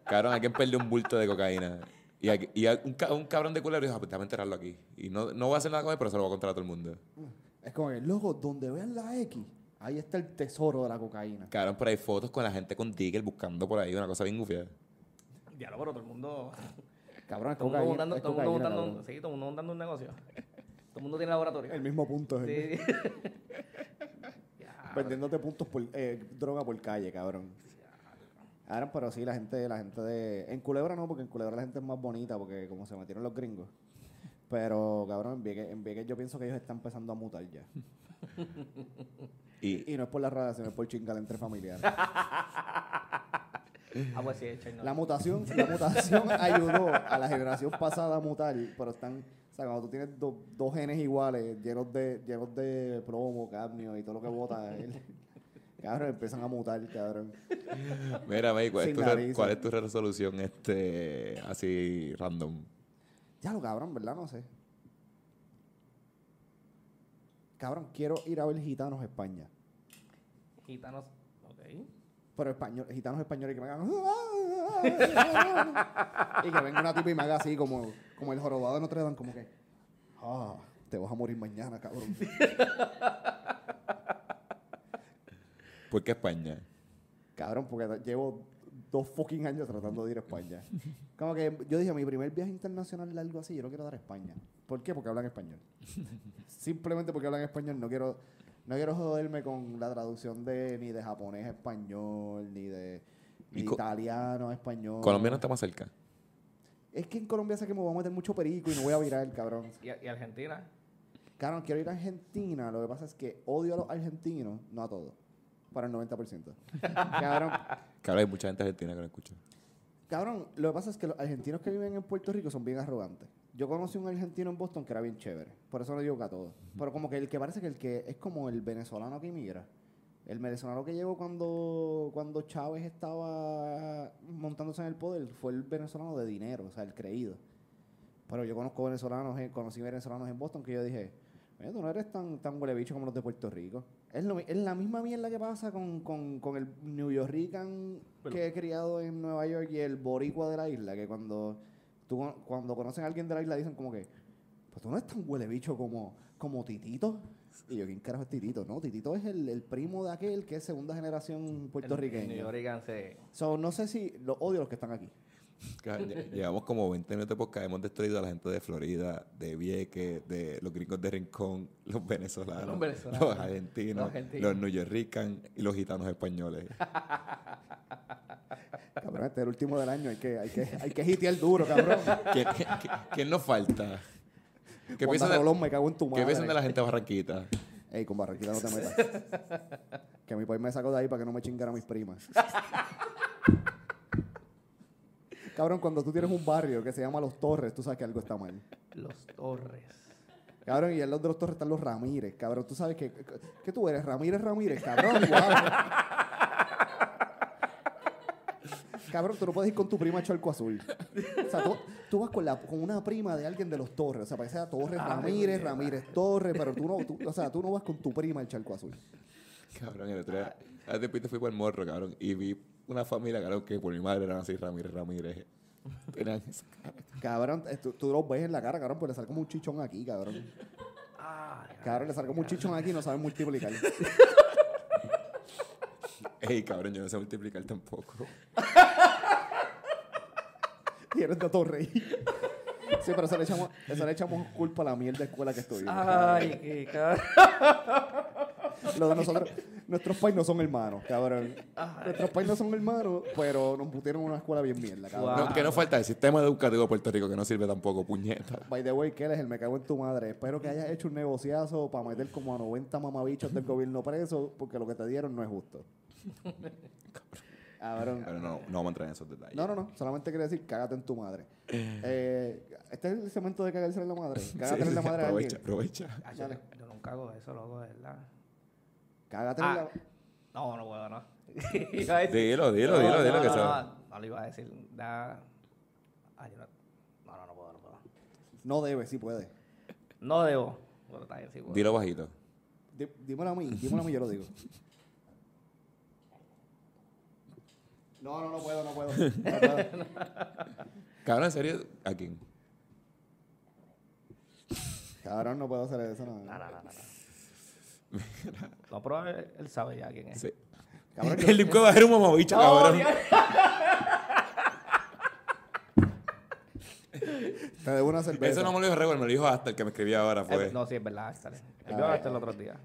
S1: Cabrón, alguien perdió un bulto de cocaína. Y, aquí- y al- un, ca- un cabrón de culero dijo, "Ah, pues déjame enterrarlo aquí. Y no, no voy a hacer nada con él, pero se lo voy a contar a todo el mundo.
S2: Es como que, loco, donde vean la X, ahí está el tesoro de la cocaína.
S1: Cabrón, pero hay fotos con la gente con Digger buscando por ahí, una cosa bien gufia.
S3: Diablo, pero todo el mundo.
S2: Cabrón, es
S3: Todo el
S2: cocaína,
S3: mundo montando,
S2: es
S3: todo el mundo
S2: cocaína,
S3: montando un,
S2: cabrón.
S3: sí, todo el mundo montando un negocio. Todo el mundo tiene laboratorio.
S2: El mismo punto, es el mismo-
S3: Sí. Ya,
S2: vendiéndote puntos por, eh, droga por calle, cabrón. Ahora, pero sí, la gente, la gente de... En Culebra no, porque en Culebra la gente es más bonita, porque como se metieron los gringos. Pero, cabrón, en Vieques, en Vieques yo pienso que ellos están empezando a mutar ya.
S1: Y,
S2: Y no es por la radiación, es por chingar entre familiares.
S3: Ah, pues sí, Chernobyl.
S2: La mutación, la mutación ayudó a la generación pasada a mutar, pero están, o sea, cuando tú tienes do- dos genes iguales, llenos de, llenos de plomo, cadmio y todo lo que bota, él, cabrón, empiezan a mutar, cabrón.
S1: mira, May, ¿cuál, es
S2: Sin
S1: tu re-
S2: narices.
S1: cuál es tu resolución este, así random?
S2: Ya lo cabrón, ¿verdad? No sé. Cabrón, quiero ir a ver gitanos a España.
S3: Gitanos. Ok.
S2: Pero español, gitanos españoles que me hagan. y que venga una tipa y me haga así como, como el jorobado de Notre Dame, como que. Ah, te vas a morir mañana, cabrón.
S1: ¿Por qué España?
S2: Cabrón, porque t- llevo dos fucking años tratando de ir a España. Como que yo dije, mi primer viaje internacional largo así, yo no quiero dar a España. ¿Por qué? Porque hablan español. Simplemente porque hablan español, no quiero, no quiero joderme con la traducción de ni de japonés a español, ni de
S1: Y
S2: ni
S1: co-
S2: italiano a español.
S1: Colombia no está más cerca.
S2: Es que en Colombia sé que me voy a meter mucho perico y no voy a virar, cabrón.
S3: Y, y Argentina.
S2: Cabrón, quiero ir a Argentina. Lo que pasa es que odio a los argentinos, no a todos, para el 90%. Cabrón,
S1: Cabrón, hay mucha gente argentina que no escucha.
S2: Cabrón, lo que pasa es que los argentinos que viven en Puerto Rico son bien arrogantes. Yo conocí un argentino en Boston que era bien chévere. Por eso lo digo que a todos. Pero como que el que parece que el que es como el venezolano que inmigra. El venezolano que llegó cuando, cuando Chávez estaba montándose en el poder fue el venezolano de dinero, o sea, el creído. Pero yo conozco venezolanos, en- conocí venezolanos en Boston que yo dije, "Oye, tú no eres tan, tan huele bicho como los de Puerto Rico. Es, lo mi- es la misma mierda que pasa con, con, con el New Yorkican
S3: Pero-
S2: que he criado en Nueva York y el boricua de la isla, que cuando, tú, con- cuando conocen a alguien de la isla dicen como que, pues tú no eres tan huele bicho como, como Titito. Y yo, ¿quién carajo es Titito? No, Titito es el, el primo de aquel que es segunda generación
S3: El- el
S2: puertorriqueño.
S3: New se
S2: So, no sé si los odio los que están aquí.
S1: Cabrón, lle- Llevamos como 20 minutos porque hemos destruido a la gente de Florida, de Vieques, de los gringos de Rincón, los venezolanos,
S3: Los venezolanos,
S1: los argentinos,
S3: los
S1: los,
S3: argentinos.
S1: newyorrican y los gitanos españoles.
S2: Cabrón, este es el último del año, hay que, hay que, hay que hitear duro, cabrón.
S1: ¿Quién, quién- quién- quién nos falta? ¿Qué
S2: Juan
S1: piensan, de,
S2: Barrolón, me cago en tu
S1: qué
S2: madre.
S1: piensan de la gente de Barranquita?
S2: Ey, con Barranquita no te metas. que mi país me sacó de ahí para que no me chingara a mis primas. cabrón, cuando tú tienes un barrio que se llama Los Torres, tú sabes que algo está mal.
S3: Los Torres.
S2: Cabrón, y al lado de Los Torres están los Ramírez, cabrón. Tú sabes que... ¿Qué tú eres? Ramírez Ramírez, cabrón, guau. Cabrón, tú no puedes ir con tu prima a Charco Azul. O sea, tú, tú vas con, la, con una prima de alguien de los Torres. O sea, parece a Torres
S3: Ah,
S2: Ramírez, Ramírez Torres, pero tú no, tú- o sea, tú no vas con tu prima al Charco Azul.
S1: Cabrón, el otro día, hace tiempo fui por el morro, cabrón, y vi una familia, cabrón, que por mi madre eran así, Ramírez, Ramírez. Eran esa cara.
S2: Cabrón, eh, tú, tú los ves en la cara, cabrón, pues le sale como un chichón aquí, cabrón.
S3: Ah, ya.
S2: Cabrón, le sale como un chichón aquí y no saben multiplicar.
S1: Ey, cabrón, yo no sé multiplicar tampoco.
S2: Y eres de Torrey. Sí, pero eso le echamos, eso le echamos culpa a la mierda escuela que estuvimos.
S3: Ah.
S4: Ay, qué cabrón.
S2: Lo de nosotros, nuestros pais no son hermanos, cabrón. Nuestros pais no son hermanos, pero nos pusieron en una escuela bien mierda, cabrón.
S1: No, que no falta el sistema educativo de Puerto Rico que no sirve tampoco, puñeta.
S2: By the way, Keller, el me cago en tu madre. Espero que hayas hecho un negociazo para meter como a 90 mamabichos del gobierno preso, porque lo que te dieron no es justo. Cabrón.
S1: Pero no, no vamos a entrar en esos detalles.
S2: No, no, no. Solamente quería decir, cágate en tu madre. Eh, este es el segmento de cagarse en la madre. Cágate
S1: Sí,
S2: en la
S1: sí,
S2: madre a
S1: Aprovecha,
S2: alguien.
S1: aprovecha.
S3: Ah, yo,
S2: Dale.
S3: yo nunca hago eso, loco, de verdad.
S2: Cágate en
S3: Ah,
S2: la...
S3: no, no puedo, no. Iba a decir-
S1: Dilo, dilo,
S3: No,
S1: dilo,
S3: no,
S1: dilo que
S3: no,
S1: sea.
S3: No, no lo iba a decir. Da... Ah, yo no... no, no, no puedo, no puedo.
S2: No debe, sí puede.
S3: No debo. Bueno, está bien, sí, puedo.
S1: Dilo bajito.
S2: Di- dímelo a mí, dímelo a mí, yo lo digo. No, no, no puedo, no puedo. No puedo.
S1: Cabrón, en serio, ¿a quién?
S2: Cabrón, no puedo hacer eso. No.
S3: No, no, no, no. No, no pero él, él sabe ya quién es.
S1: Sí.
S2: Cabrón, yo-
S1: El Lip Cueva era un mamabicho, cabrón.
S2: te debo una cerveza.
S1: Eso no me lo dijo Rebel, me lo dijo hasta el que me escribía ahora
S3: Eh,
S1: fue.
S3: no, sí, es verdad, Astar. Él
S2: Ah,
S3: vio a
S2: eh.
S3: Astar el otro día.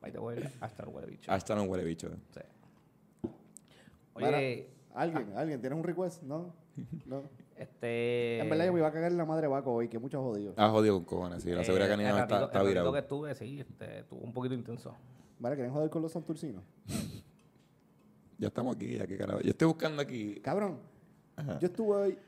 S3: By the way, Astar huele bicho.
S1: Hasta no huele bicho.
S3: Sí.
S2: Para-
S3: Oye,
S2: Alguien, alguien, ¿tienes un request? No. no.
S3: este...
S1: Eh.
S2: En verdad, yo me iba a cagar en la madre Baco hoy, que mucho jodido.
S1: Ah, jodido con cojones, sí. La seguridad
S3: eh, el
S1: canina
S3: ratito-
S1: está, está
S3: el ratito
S1: virado.
S3: que estuve, sí, este, estuvo un poquito intenso.
S2: Vale, ¿quieren joder con los santurcinos?
S1: Ya estamos aquí, ya que carajo. Yo estoy buscando aquí.
S2: Cabrón, yo estuve hoy.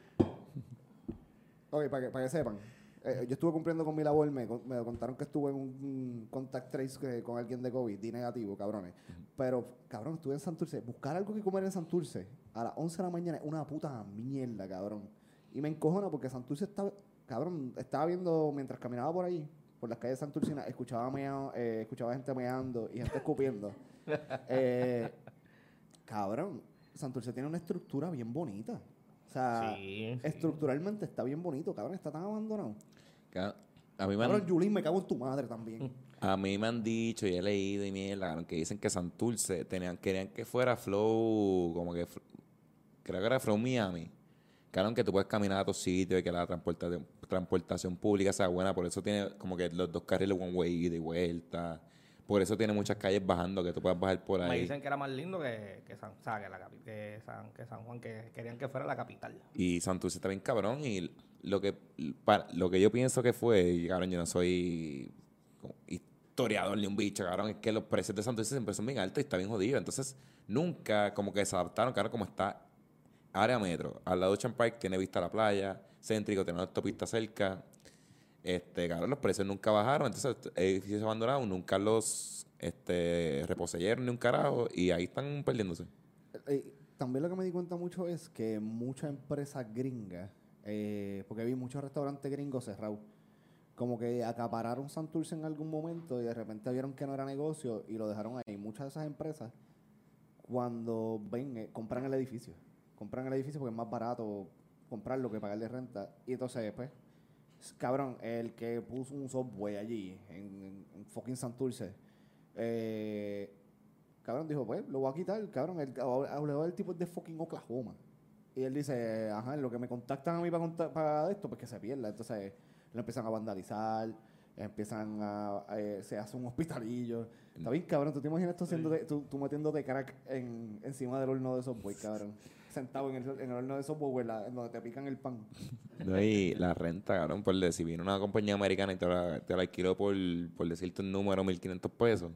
S2: Ok, para que, para que sepan. eh, yo estuve cumpliendo con mi labor. Me, con- me contaron que estuve en un contact trace que- con alguien de COVID. Di negativo, cabrones. Pero, cabrón, estuve en Santurce. Buscar algo que comer en Santurce a las 11 de la mañana es una puta mierda, cabrón. Y me encojona porque Santurce estaba. Cabrón, estaba viendo mientras caminaba por ahí, por las calles de Santurcina, escuchaba, mea- eh, escuchaba gente meando y gente escupiendo. Eh, cabrón, Santurce tiene una estructura bien bonita. O sea,
S3: sí, sí.
S2: estructuralmente está bien bonito, cabrón, está tan abandonado.
S1: Ca- A mí, me
S2: Cabrón,
S1: han,
S2: Yulín, me cago en tu madre también.
S1: a mí me han dicho y he leído y mierda, cabrón, que dicen que Santurce tenían, querían que fuera Flow, como que. fl- Creo que era Flow Miami. Claro, que tú puedes caminar a tu sitio y que la transportación, transportación pública sea buena. Por eso tiene como que los dos carriles one way ida y vuelta. Por eso tiene muchas calles bajando que tú puedes bajar por ahí.
S3: Me dicen que era más lindo que, que San, o sea, que la capi- que San, que San Juan, que querían que fuera la capital.
S1: Y Santurce está bien cabrón. Y lo que, para- lo que yo pienso que fue, y cabrón, yo no soy como historiador ni un bicho, cabrón, es que los precios de Santurce siempre son bien altos y está bien jodido. Entonces, nunca como que se adaptaron, cabrón, como está área metro. Al lado de Ocean Park tiene vista a la playa, céntrico, tiene una autopista cerca. Este, cabrón, los precios nunca bajaron. Entonces, edificios abandonados nunca los este, reposeyeron ni un carajo. Y ahí están perdiéndose.
S2: Eh, también lo que me di cuenta mucho es que muchas empresas gringas, eh, porque vi muchos restaurantes gringos cerrados, como que acapararon Santurce en algún momento y de repente vieron que no era negocio y lo dejaron ahí. Muchas de esas empresas, cuando ven, eh, compran el edificio. Compran el edificio porque es más barato comprarlo que pagarle renta. Y entonces, pues, s- cabrón, el que puso un subway allí, en, en- en fucking Santurce, eh, cabrón dijo, pues, lo voy a quitar, cabrón. El, hablaba del tipo es de fucking Oklahoma. Y él dice, ajá, lo que me contactan a mí para, conta- para esto, pues que se pierda. Entonces lo empiezan a vandalizar, empiezan a. eh, se hace un hospitalillo. Está bien, cabrón. ¿Tú te imaginas tú, haciéndote- tú, tú metiéndote crack en, encima del horno de Subway, cabrón? Sentado en el, en el horno de Subway, la- en donde te pican el pan.
S1: No, y la renta, cabrón, por decir, viene una compañía americana y te la, te la alquiló por, por decirte un número, 1.500 pesos.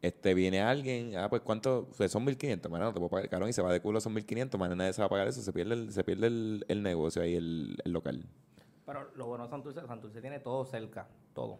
S1: Este, viene alguien, ah, pues cuánto, pues son 1.500, mano, no te puedo pagar, cabrón, y se va de culo, son 1.500, mano, nadie se va a pagar eso, se pierde el, se pierde el, el negocio ahí, el, el local.
S3: Pero lo bueno de Santurce, Santurce tiene todo cerca, todo.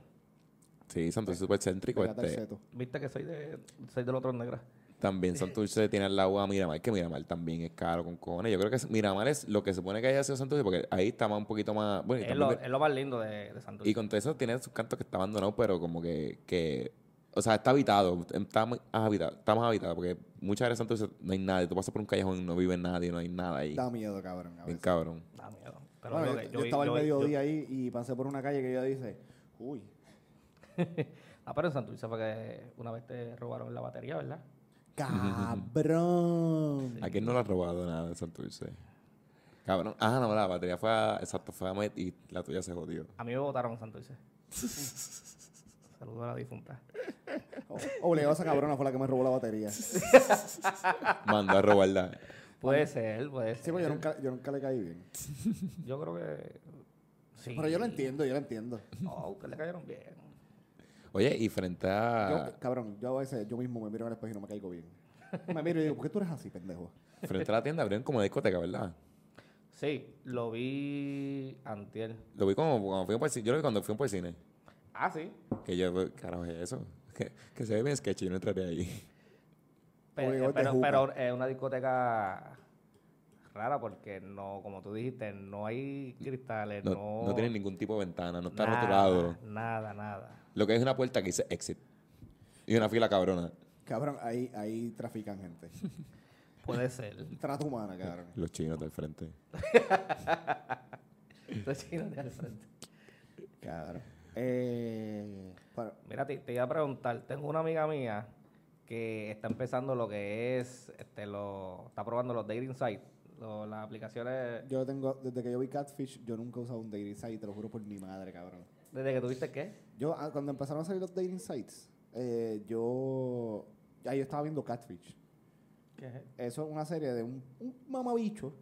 S1: Sí, Santurce es súper céntrico.
S2: Pégate al
S1: Este,
S2: seto.
S3: Viste que soy de soy de los otros negros.
S1: también Santurce tiene al lado a Miramar, que Miramar también es caro con cojones. Yo creo que Miramar es lo que se supone que haya sido Santurce, porque ahí está más un poquito más... Bueno, y
S3: Es
S1: también
S3: lo,
S1: Mir-
S3: es lo más lindo de, de Santurce.
S1: Y con todo eso tiene sus cantos que está abandonado, pero como que, que o sea, está habitado, está muy habitado, está más habitado, porque muchas veces antes no hay nadie, tú pasas por un callejón y no vive nadie, no hay nada ahí.
S2: Da miedo, cabrón. a
S1: Bien
S2: veces.
S1: cabrón.
S3: Da miedo. Pero
S2: Bueno,
S3: lo
S2: yo,
S3: que-
S2: yo
S3: vi-
S2: estaba al
S3: vi- yo-
S2: mediodía ahí y pasé por una calle que yo dice, uy,
S3: Ah, pero en Santurce fue que una vez te robaron la batería, ¿verdad?
S2: cabrón.
S1: ¿A quién no le ha robado nada de Santurce? Cabrón. Ah, no, la batería fue a, Exacto, fue a Met y la tuya se jodió.
S3: A mí me votaron en Santurce. Saludos a la difunta.
S2: O- Obligado esa cabrona fue la que me robó la batería. Sí,
S1: Mandó a robarla.
S3: Puede ser, puede ser.
S2: pero pues, yo nunca, yo nunca le caí bien.
S3: Yo creo que. Sí.
S2: Pero yo lo entiendo, yo lo entiendo.
S3: No, que le cayeron bien.
S1: Oye, y frente a.
S2: Yo, cabrón, yo a veces yo mismo me miro en el espejo y no me caigo bien. Me miro y digo, ¿por qué tú eres así, pendejo?
S1: Frente a la tienda abrieron como discoteca, ¿verdad?
S3: Sí, lo vi antier.
S1: Lo vi como cuando fui por cine. Yo lo vi cuando fui por el cine.
S3: Ah, sí.
S1: Que yo, carajo, es eso. Que, que se ve bien sketchy, yo no entraré ahí.
S3: Pero,
S2: Obligado
S3: eh,
S2: de
S3: pero,
S2: juca.
S3: pero es una discoteca rara porque no, como tú dijiste, no hay cristales,
S1: No,
S3: no.
S1: no tiene ningún tipo de ventana, no está
S3: nada,
S1: rotulado.
S3: Nada, nada.
S1: Lo que es una puerta que dice exit. Y una fila cabrona.
S2: Cabrón, ahí, ahí trafican gente.
S3: Puede ser.
S2: Trata humana, cabrón.
S1: Los chinos del frente.
S3: Los chinos de al frente.
S2: Cabrón. Eh, pero-
S3: Mira, te, te iba a preguntar, tengo una amiga mía que está empezando lo que es, este, lo, está probando los dating sites, lo- las aplicaciones,
S2: Yo tengo, desde que yo vi Catfish, yo nunca he usado un dating site, te lo juro por mi madre, cabrón.
S3: desde que tuviste qué,
S2: Yo, ah, cuando empezaron a salir los dating sites, eh, yo, ahí yo estaba viendo Catfish. Eso es una serie de un, un mamabicho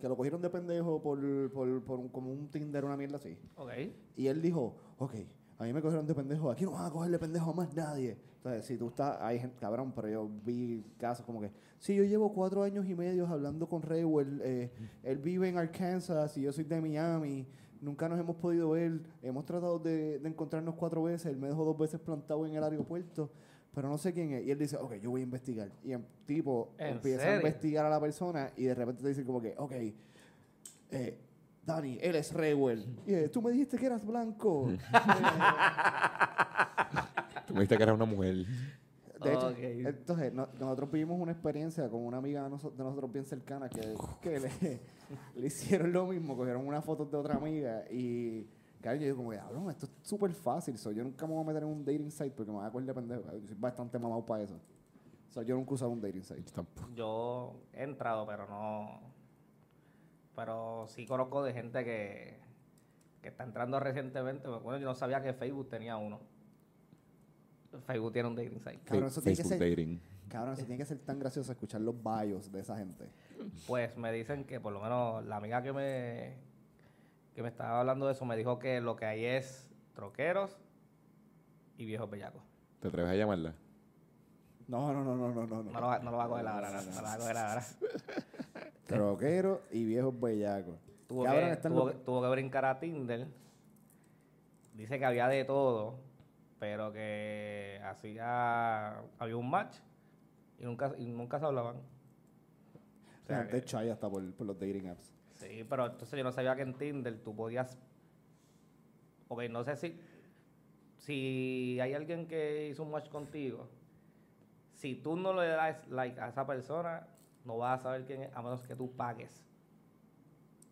S2: que lo cogieron de pendejo por, por, por un- como un Tinder, una mierda así.
S3: ok,
S2: Y él dijo, ok, a mí me cogieron de pendejo, aquí no van a coger de pendejo a más nadie. Entonces, si tú estás, hay gente, cabrón, pero yo vi casos como que, sí, yo llevo cuatro años y medio hablando con Rewell, eh, él vive en Arkansas y yo soy de Miami, nunca nos hemos podido ver, hemos tratado de, de encontrarnos cuatro veces, él me dejó dos veces plantado en el aeropuerto, pero no sé quién es. Y él dice, ok, yo voy a investigar. Y el tipo
S3: ¿En
S2: empieza a
S3: serio?
S2: investigar a la persona y de repente te dice como que, ok, eh, Dani, él es Rewell. Y, eh, tú me dijiste que eras blanco. Eh,
S1: Tú me dijiste que era una mujer.
S2: de hecho,
S3: Ok.
S2: entonces no- nosotros vivimos una experiencia con una amiga de, noso- de nosotros bien cercana que, que le, le hicieron lo mismo, cogieron unas fotos de otra amiga y cabrón, yo digo como, que, cabrón, esto es súper fácil. So, yo nunca me voy a meter en un dating site porque me voy a coger de pendejo. Yo soy bastante mamado para eso. So, yo nunca he usado un dating site.
S1: Yo tampoco.
S3: yo he entrado, pero no, pero sí conozco de gente que, que está entrando recientemente, bueno, yo no sabía que Facebook tenía uno, Facebook tiene un dating site.
S2: Cabrón,
S1: Fe-
S2: eso tiene que
S1: Facebook
S2: ser-
S1: dating.
S2: Cabrón, eso tiene que ser tan gracioso escuchar los bios de esa gente.
S3: Pues me dicen que por lo menos la amiga que me, que me estaba hablando de eso me dijo que lo que hay es troqueros y viejos bellacos.
S1: ¿Te atreves a llamarla?
S2: No, no, no, no, no, no.
S3: No lo, va- no lo va a coger ahora, no, no lo va a coger ahora.
S2: Troquero y viejos bellacos.
S3: Este, Tuvo,
S2: Cabrón,
S3: que,
S2: están
S3: tuvo
S2: los-
S3: que- tuvo que brincar a Tinder. Dice que había de todo, pero que hacía, había un match y nunca, y nunca se hablaban. O
S2: La
S3: sea eh,
S2: gente
S3: que-
S2: es chaya hasta por, por los dating apps.
S3: Sí, pero entonces yo no sabía que en Tinder tú podías. Ok, no sé si. Si hay alguien que hizo un match contigo, si tú no le das like a esa persona, no vas a saber quién es, a menos que tú pagues.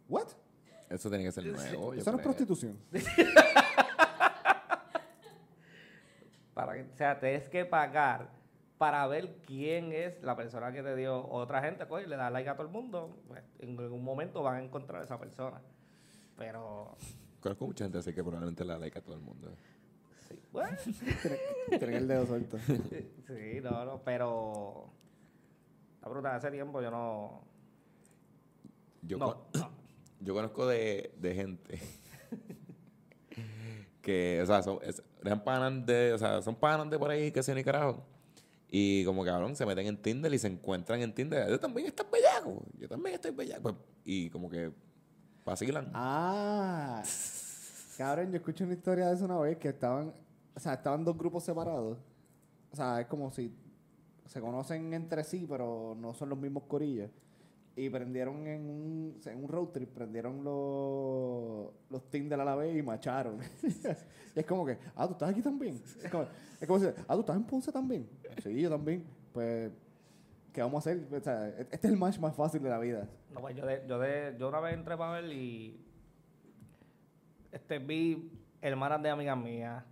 S2: ¿What?
S1: Eso tiene que ser nuevo. yo
S2: Eso no
S1: creo.
S2: es prostitución.
S3: Para que, o sea, tienes que pagar para ver quién es la persona que te dio. Otra gente, coge y le da like a todo el mundo, pues, en algún momento van a encontrar a esa persona. Pero,
S1: Conozco mucha gente así que probablemente la like a todo el mundo.
S3: sí, bueno.
S2: Tienen el dedo suelto.
S3: Sí, no, no, pero. La bruta, hace tiempo yo no.
S1: Yo,
S3: no,
S1: con-
S3: no.
S1: yo conozco de, de gente que, o sea, son, es- eran panas de, o sea, son panas de por ahí que se ni carajo. Y como cabrón, se meten en Tinder y se encuentran en Tinder. Yo también estoy bellaco. Yo también estoy bellaco. Pues, Y como que vacilan.
S2: Ah. Cabrón, yo escuché una historia de eso una vez que estaban, o sea, estaban dos grupos separados. O sea, es como si se conocen entre sí, pero no son los mismos corillas. Y prendieron en un, en un road trip, prendieron los, los Tinder a la vez y macharon. y es como que, ah, tú estás aquí también. Es como, es como si, ah, tú estás en Ponce también. Sí, yo también. Pues, ¿qué vamos a hacer? O sea, este es el match más fácil de la vida.
S3: No, pues, yo, de, yo, de, yo una vez entré para ver y. Este, vi hermanas de amigas mías.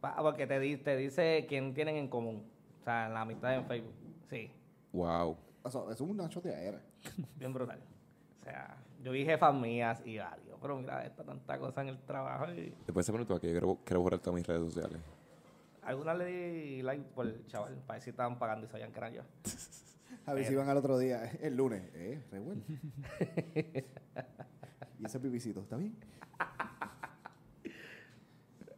S3: Pa- Porque te, di- te dice quién tienen en común. O sea, la amistad en Facebook. Sí,
S1: Wow.
S2: O sea, eso es una choteadera.
S3: bien brutal. O sea, Yo vi jefas mías y varios, pero mira, esta tanta cosa en el trabajo. Y
S1: Después se preguntó que yo quiero, quiero borrar todas mis redes sociales.
S3: algunas le di like por el chaval, para ver si estaban pagando y sabían que era yo.
S2: A ver si van al otro día, el lunes. Eh, revuelto. y ese pipicito, ¿está bien?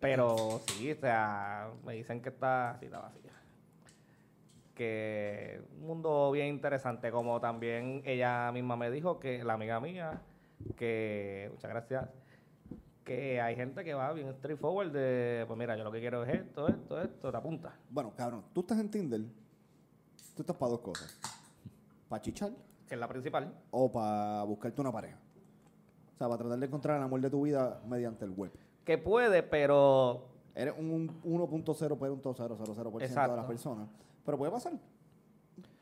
S3: Pero sí, o sea, me dicen que está sí, está vacía. Que un mundo bien interesante, como también ella misma me dijo, que la amiga mía, que, muchas gracias, que hay gente que va bien straightforward de, pues mira, yo lo que quiero es esto, esto, esto, te apunta.
S2: Bueno, cabrón, tú estás en Tinder. Tú estás para dos cosas. Para chichar
S3: Que es la principal.
S2: o para buscarte una pareja. O sea, para tratar de encontrar el amor de tu vida mediante el web.
S3: Que puede, pero
S2: Eres un 1.0.000% de las
S3: Exacto.
S2: personas. Pero puede pasar.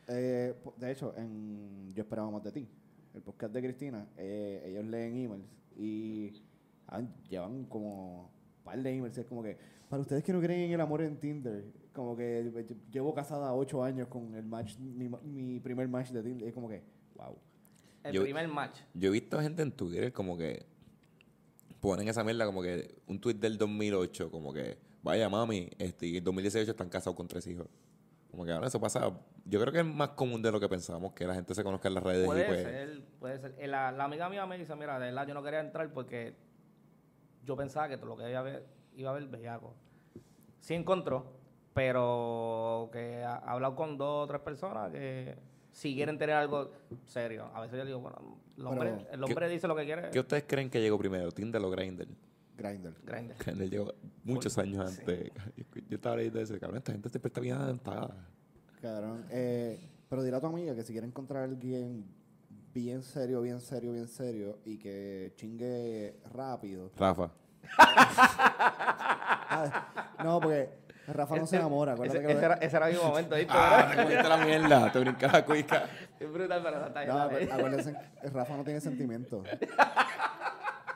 S2: Eh, po- de hecho, en Yo esperaba más de ti. El podcast de Cristina, eh, ellos leen emails y han- llevan como un par de emails. Es como que, para ustedes que no creen en el amor en Tinder, como que lle- llevo casada ocho años con el match, mi, ma- mi primer match de Tinder. Es como que, wow.
S3: el
S1: Yo-
S3: primer match.
S1: Yo he visto gente en Twitter como que ponen esa mierda como que un tweet del 2008, como que vaya mami, este, y en 2018 están casados con tres hijos. Como que ahora eso pasa. Yo creo que es más común de lo que pensamos, que la gente se conozca en las redes
S3: Puede
S1: y pues.
S3: ser, puede ser. Eh, La, la amiga mía me dice, mira, de verdad yo no quería entrar porque yo pensaba que lo que iba a ver, iba a ver bellaco. Sí encontró, pero que ha ha hablado con dos o tres personas que si quieren tener algo serio. A veces yo digo, bueno, el hombre,
S2: Pero-
S3: el hombre dice lo que quiere.
S1: ¿Qué ustedes creen que llegó primero, Tinder o Grindr?
S2: Grindr.
S3: Grindr.
S1: Grindr llegó muchos años antes. Yo estaba leyendo eso, cabrón, esta gente siempre está bien adelantada.
S2: Cabrón. Eh, pero dile a tu amiga que si quiere encontrar a alguien bien serio, bien serio, bien serio y que chingue rápido.
S1: Rafa.
S2: Ah, no, porque Rafa no se enamora. acuérdate
S3: Ese,
S2: que lo
S3: ese
S2: de-
S3: era, ese era mi momento, ¿viste?
S1: Ah, te cogiste la mierda, te brincas la cuica.
S3: Es brutal, pero está ahí,
S2: No,
S3: está
S2: acu-
S3: ahí.
S2: acuérdense, Rafa no tiene sentimientos.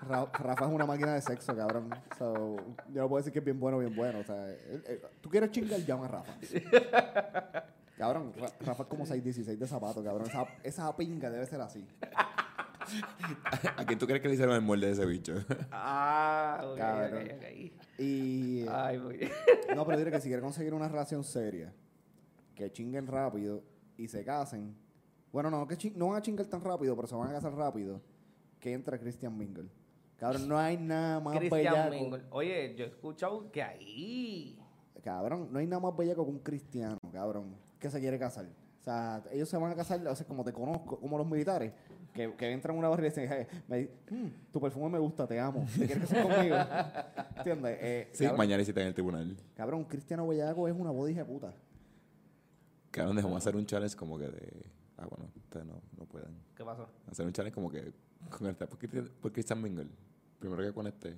S2: Ra- Rafa es una máquina de sexo, cabrón. So, yo no puedo decir que es bien bueno, bien bueno. O sea, él- él- tú quieres chingar, llama a Rafa. Cabrón, Ra- Rafa es como 6'16 de zapato, cabrón. Esa, esa pinga debe ser así.
S1: ¿A quién tú crees que le hicieron el molde de ese bicho?
S3: Ah, ok,
S2: Cabrón.
S3: ok, ok.
S2: Y.
S3: Ay, muy bien.
S2: No, pero diré que si quieren conseguir una relación seria, que chinguen rápido y se casen. Bueno, no, que chi- no van a chingar tan rápido, pero se van a casar rápido. Que entra Christian Mingle. Cabrón, no hay nada más
S3: Christian
S2: bellaco.
S3: Mingle. Oye, yo he escuchado que ahí...
S2: Cabrón, no hay nada más bellaco que un cristiano, cabrón, que se quiere casar. O sea, ellos se van a casar, o sea, como te conozco, como los militares, que, que entran a una barra y dicen, "Hey, me di- mm, tu perfume me gusta, te amo, te quieres casar conmigo. ¿Entiendes? Eh,
S1: Sí,
S2: cabrón,
S1: mañana hiciste en el tribunal.
S2: cabrón, un cristiano bellaco es una bodija de puta.
S1: Cabrón, dejamos hacer un challenge como que de. Ah, bueno, ustedes no, no pueden.
S3: ¿Qué pasó?
S1: Hacer un challenge como que. Con el, ¿por, Christian, por Christian Mingle. Primero que conecté.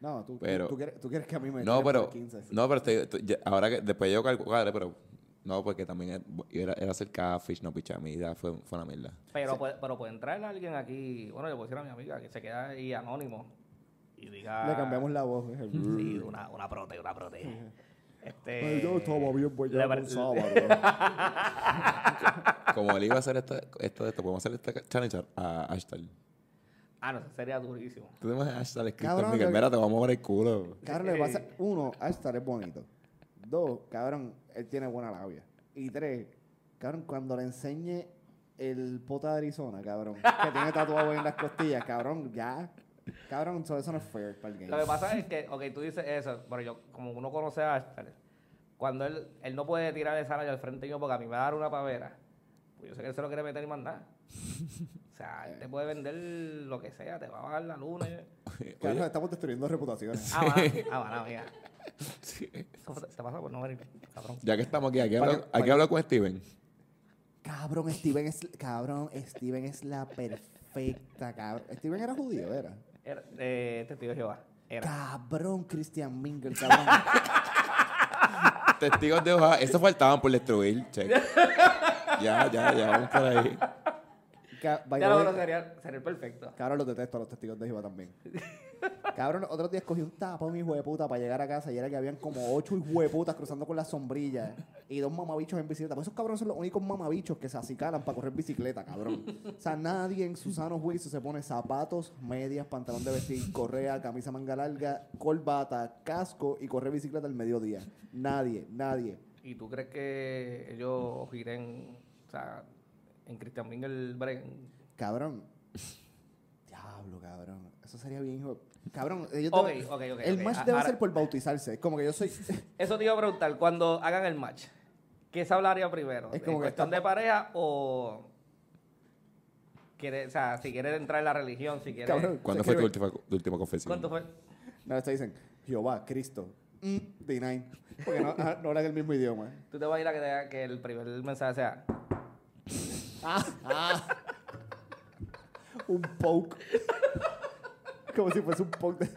S2: No, tú, tú-
S1: Pero-
S2: tú, quieres, tú quieres que a mí me
S1: No,
S2: tiren por
S1: pero.
S2: 15.
S1: No, pero estoy- estoy- ya- ahora que. Después yo calculo, padre, pero. No, porque también era- era, era hacer catfish, no pichamida, fue, fue una mierda.
S3: Pero, puede, pero puede entrar alguien aquí, bueno, le puedo decir a mi amiga que se queda ahí anónimo y diga...
S2: Le cambiamos la voz. es el-
S3: Sí, una, una prote, una prote. Este,
S2: Ay, yo estaba bien pues,
S3: le
S2: bellaco
S3: pare-
S2: un sábado.
S1: Como él iba a hacer esta, esto de esto, podemos hacer esta challenge a Ashtal.
S3: Ah, no, eso sería durísimo.
S1: Tú te imaginas Ashtal escrito
S2: Cabrón,
S1: Miguel,
S2: yo-
S1: mira, te vamos a mover el culo.
S2: Cabrón, le pasa... Uno, Ashtar es bonito. Dos, cabrón, él tiene buena labia. Y tres, cabrón, cuando le enseñe el pota de Arizona, cabrón, que tiene tatuado en las costillas, cabrón, ya. Cabrón, so eso no es fair para el
S3: Lo que
S2: game.
S3: pasa es que, ok, tú dices eso, pero yo, como uno conoce a Ashtar, cuando él, él no puede tirar esa raya al frente mío porque a mí me va a dar una pavera, pues yo sé que él se lo quiere meter y mandar. O sea, él te puede vender lo que sea, te va a bajar la luna. y-
S2: Cabrón, estamos destruyendo reputaciones.
S3: Ah, va, ah, va, no, mira. Eso fue- Te pasa por no venir, cabrón.
S1: Ya que estamos aquí, aquí
S2: Para-
S1: hablo, aquí
S2: para-
S1: hablo con Steven.
S2: Cabrón, Steven es... Cabrón, Steven es la perfecta, cabrón. Steven era judío, era.
S3: Era, eh, testigo de Jehová. Era.
S2: Cabrón, Christian Mingle, cabrón.
S1: Testigos de hoja, eso faltaban por destruir, check. Ya, ya, ya, vamos por ahí.
S2: Ca- by
S3: Ya
S2: the
S3: lo
S2: way,
S3: bueno, sería, sería el perfecto.
S2: Cabrón, los detesto a los testigos de Jehová también. Cabrón, otros días cogí un tapón, hijo de puta, para llegar a casa y era que habían como ocho hijo de putas cruzando con las sombrillas y dos mamabichos en bicicleta. Pues esos cabrones son los únicos mamabichos que se acicalan para correr bicicleta, cabrón. O sea, nadie en su sano juicio se pone zapatos, medias, pantalón de vestir, correa, camisa manga larga, corbata, casco y correr bicicleta al mediodía. Nadie, nadie.
S3: ¿Y tú crees que ellos giren, o sea, en Cristian Miguel el Bren?
S2: Cabrón. Diablo, cabrón. Eso sería bien, hijo. de- Cabrón, ellos
S3: Ok,
S2: deben-
S3: ok, ok,
S2: el
S3: ok.
S2: match
S3: A-
S2: debe
S3: ahora-
S2: ser por bautizarse. Es como que yo soy.
S3: Eso te iba a preguntar, cuando hagan el match, ¿qué se hablaría primero?
S2: Es como
S3: ¿En
S2: que
S3: cuestión
S2: está-
S3: de pareja o...? quiere- o sea, si quieres entrar en la religión, si quieres...
S2: Cabrón.
S1: ¿Cuándo
S2: Se
S1: fue tu
S2: escribe-
S1: última, tu última confesión?
S3: ¿Cuánto fue?
S2: No, te dicen Jehová, Cristo. Mm, D9. Porque no, ah, no hablan el mismo idioma.
S3: Tú te vas a ir a que, te- que el primer mensaje sea...
S2: Un poke. como si fuese un poke. de-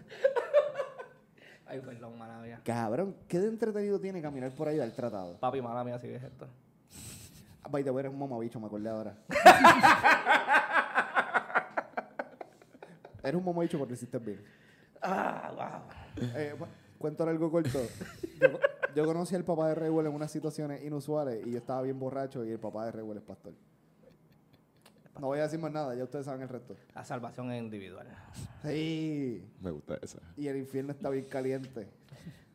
S3: Ay, perdón, mala mía.
S2: Cabrón, ¿qué de entretenido tiene caminar por ahí del tratado?
S3: Papi, mala mía, si ves esto.
S2: Ah, By the way, eres un mamabicho, me acordé ahora. eres un mamabicho porque lo hiciste bien.
S3: Ah, wow.
S2: Eh, bu- cuento algo corto. Yo, co- yo conocí al papá de Rewell en unas situaciones inusuales y yo estaba bien borracho y el papá de Rewell es pastor. No voy a decir más nada, ya ustedes saben el resto.
S3: La salvación es individual.
S2: Sí.
S1: Me gusta esa.
S2: Y el infierno está bien caliente.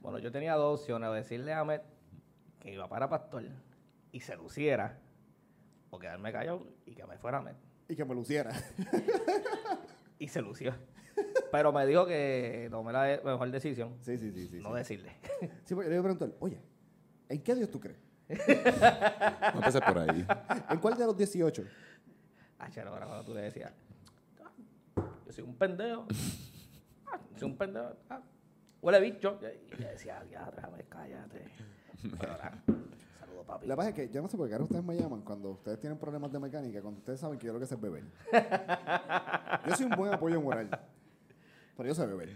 S3: Bueno, yo tenía dos opciones, o decirle a Ahmed que iba para pastor y se luciera, o quedarme callado y que me fuera Ahmed.
S2: Y que me luciera.
S3: Y se lució. Pero me dijo que tomé la de- mejor decisión,
S2: Sí, sí, sí, sí.
S3: no
S2: sí.
S3: decirle.
S2: Sí, porque yo le pregunto a él, oye, ¿en qué Dios tú crees?
S1: Vamos a empezar por ahí.
S2: ¿En cuál de los 18?
S3: Ah, chero, ahora cuando tú le decías, "Ah, yo soy un pendejo, ah, soy un pendejo, ah, huele bicho. Y le decía, ya, Ahmed, cállate. Pero ahora, saludo papi.
S2: La verdad es que yo no sé por qué ahora ustedes me llaman cuando ustedes tienen problemas de mecánica, cuando ustedes saben que yo lo que sé es beber. Yo soy un buen apoyo moral, pero yo sé beber.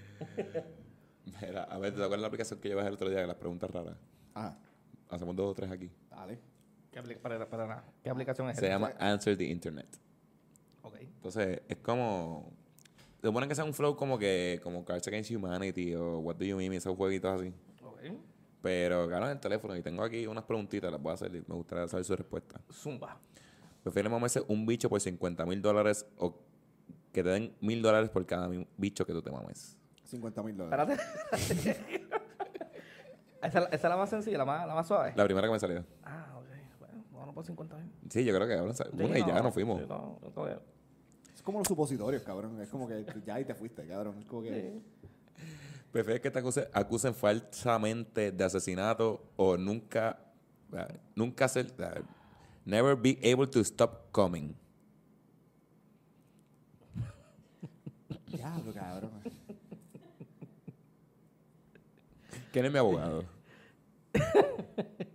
S1: Mira, a ver, ¿te acuerdas la aplicación que yo bajé el otro día de las preguntas raras?
S2: Ajá,
S1: Hacemos dos o tres aquí.
S2: Ah, dale.
S3: ¿Qué, apli- para- para nada. ¿Qué aplicación es
S1: Se
S3: esta?
S1: llama Answer the Internet.
S3: Ok.
S1: Entonces, es como. Se supone que sea un flow como que. Como Cards Against Humanity o What Do You Mean, esos jueguitos así.
S3: Ok.
S1: Pero ganaron el teléfono y tengo aquí unas preguntitas, las voy a hacer y me gustaría saber su respuesta.
S3: Zumba.
S1: ¿Prefieres mamarse un bicho por 50 mil dólares o que te den mil dólares por cada mi- bicho que tú te mames?
S2: 50 mil dólares.
S3: Espérate. esa, esa es la más sencilla, la más, la más suave.
S1: La primera que me salió.
S3: Ah, ok. Bueno, vamos por 50 mil.
S1: Sí, yo creo que ahora sa- una y ya nos fuimos.
S3: Sí, no, no, no,
S2: Es como los supositorios, cabrón. Es como que ya y te fuiste, cabrón. Es como que...
S3: sí.
S1: ¿Prefieres que te acuse- acusen falsamente de asesinato o nunca. ah, Nunca ser. ah, Never be able to stop coming.
S2: Diablo, cabrón.
S1: ¿Quién es mi abogado?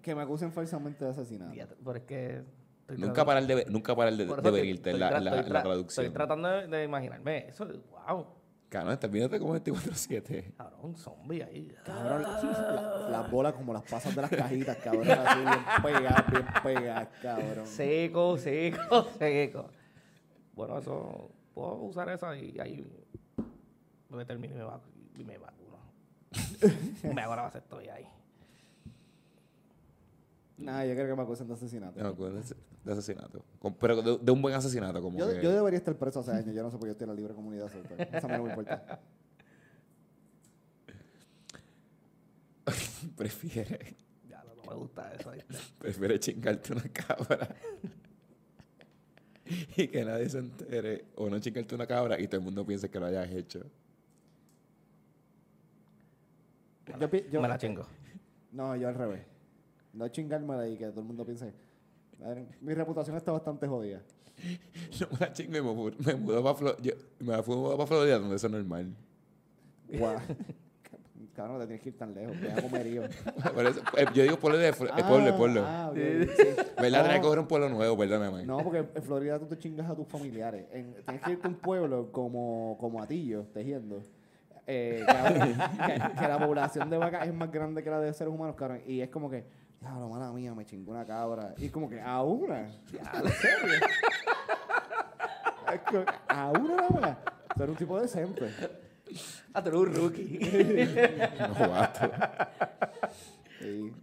S2: Que me acusen falsamente de asesinato.
S3: Ya, Pero es que. estoy
S1: nunca
S3: tratando-
S1: parar de, nunca parar de, de
S3: por eso que
S1: venirte en
S3: estoy
S1: la,
S3: tra-
S1: en la-
S3: estoy
S1: en la
S3: tra-
S1: traducción.
S3: Estoy tratando de, de imaginarme eso. ¡Wow!
S1: Cabrón, estás viéndote como 24-7.
S3: Cabrón, zombie ahí.
S2: Cabrón, la- la- las bolas como las pasas de las cajitas, cabrón. Así bien pegadas, bien pegadas, cabrón.
S3: Seco, seco, seco. Bueno, eso. Puedo usar esa y ahí. Me termino y me, vacu y me vacuno. me hago la estoy ahí.
S2: Nah, yo creo que me acusan de asesinato.
S1: No, con ese- de asesinato. Con- pero de, de un buen asesinato, como
S2: Yo,
S1: que.
S2: yo debería estar preso hace años. Yo no sé por qué estoy en la libre comunidad. eso, pero Esa mí no me importa.
S1: Prefiere,
S3: Ya, no, no me gusta eso. ¿viste?
S1: prefiere chingarte una cabra. y que nadie se entere. O no chingarte una cabra y todo el mundo piense que lo hayas hecho.
S2: Yo pi- yo-
S3: Me la chingo.
S2: no, yo al revés. No chingármela y que todo el mundo piense. "Madre, Mi reputación está bastante jodida.
S1: Yo me la chingo y me, fu- me mudó para Florida. Me fui mudado para Florida donde eso es normal.
S2: Guau. Cabrón, te tienes que ir tan lejos. Te hago comerío.
S1: Por eso, eh, yo digo pueblo de Flo- eh, pueblo, pueblo. Pues
S2: Ah, ok, sí.
S1: ¿Verdad? Tenía
S2: No.
S1: que coger un pueblo nuevo, perdóname.
S2: No, porque en Florida tú te chingas a tus familiares. En- tienes que irte a un pueblo como, como Atillo, tejiendo. Eh, cabrón, que, que la población de vacas es más grande que la de seres humanos, cabrón. Y es como que, diablo, mala mía, me chingó una cabra. Y es como que, ¿a una? ¿En serio? Es como, ¿A una nada más? Tú eres un tipo decente.
S4: Ah, tú eres un rookie.
S1: Novato.
S2: Sí.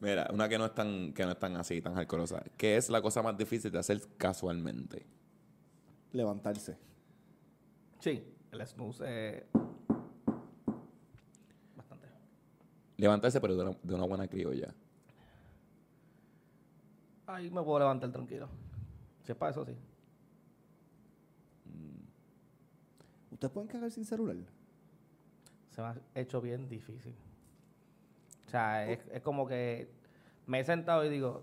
S1: Mira, una que no es tan, que no es tan así, tan alcoholosa. ¿Qué es la cosa más difícil de hacer casualmente?
S2: Levantarse.
S3: Sí, el snooze eh, bastante.
S1: Levantarse, pero de una, de una buena criolla.
S3: Ahí me puedo levantar tranquilo. Si es para eso, sí.
S2: ¿Ustedes pueden cagar sin celular?
S3: Se me ha hecho bien difícil. O sea, es, es como que me he sentado y digo,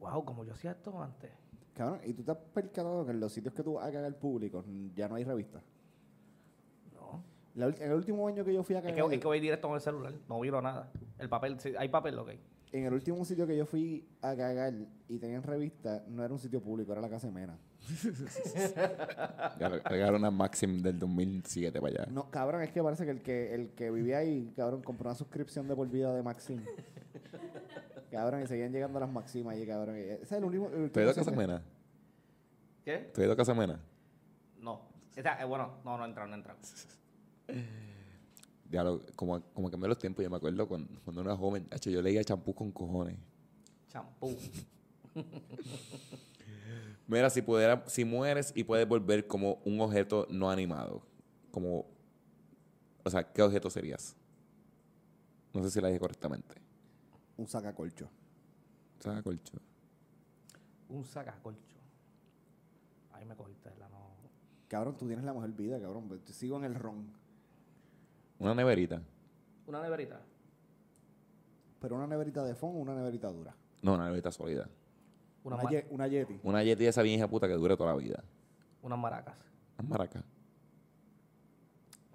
S3: wow, como yo hacía esto antes.
S2: Cabrón, ¿y tú te has percatado que en los sitios que tú vas a cagar públicos mm, ya no hay revistas?
S3: No.
S2: La ult- el último año que yo fui a
S3: Es
S2: cagar,
S3: que, es que voy directo con el celular, no viro nada. El papel, sí, hay papel, ok.
S2: en el último sitio que yo fui a cagar y tenían revistas, no era un sitio público, era la casa de Mena.
S1: Agregar una Maxim del 2007 para allá.
S2: No, cabrón, es que parece que el que, el que vivía ahí, cabrón, compró una suscripción de por vida de Maxim. cabrón, y seguían llegando las Maximas allí, cabrón. y Ese es el último. el
S1: ¿Tú has ido a
S2: último
S1: Casa
S2: sitio-
S1: Mena?
S3: ¿Qué?
S1: ¿Tú has ido a Casa Mena?
S3: No. O sea, eh, bueno, no, no entran, no entran.
S1: Ya lo, como, como cambié los tiempos, yo me acuerdo cuando, cuando era joven, hecho, yo leía champú con cojones.
S3: Champú.
S1: Mira, si pudiera, si mueres y puedes volver como un objeto no animado, como, o sea, ¿qué objeto serías? No sé si la dije correctamente.
S2: Un sacacolcho.
S1: Saca colcho.
S3: Un sacacolcho. Ahí me cogiste la no.
S2: Cabrón, tú tienes la mejor vida, cabrón. pero Te sigo en el ron.
S1: Una neverita.
S3: Una neverita.
S2: Pero una neverita de fondo, una neverita dura.
S1: No, una neverita sólida.
S3: Unas,
S2: Una,
S3: ma-
S2: ye- una Yeti.
S1: Una Yeti de esa vieja puta que dure toda la vida.
S3: unas maracas.
S1: Las maracas.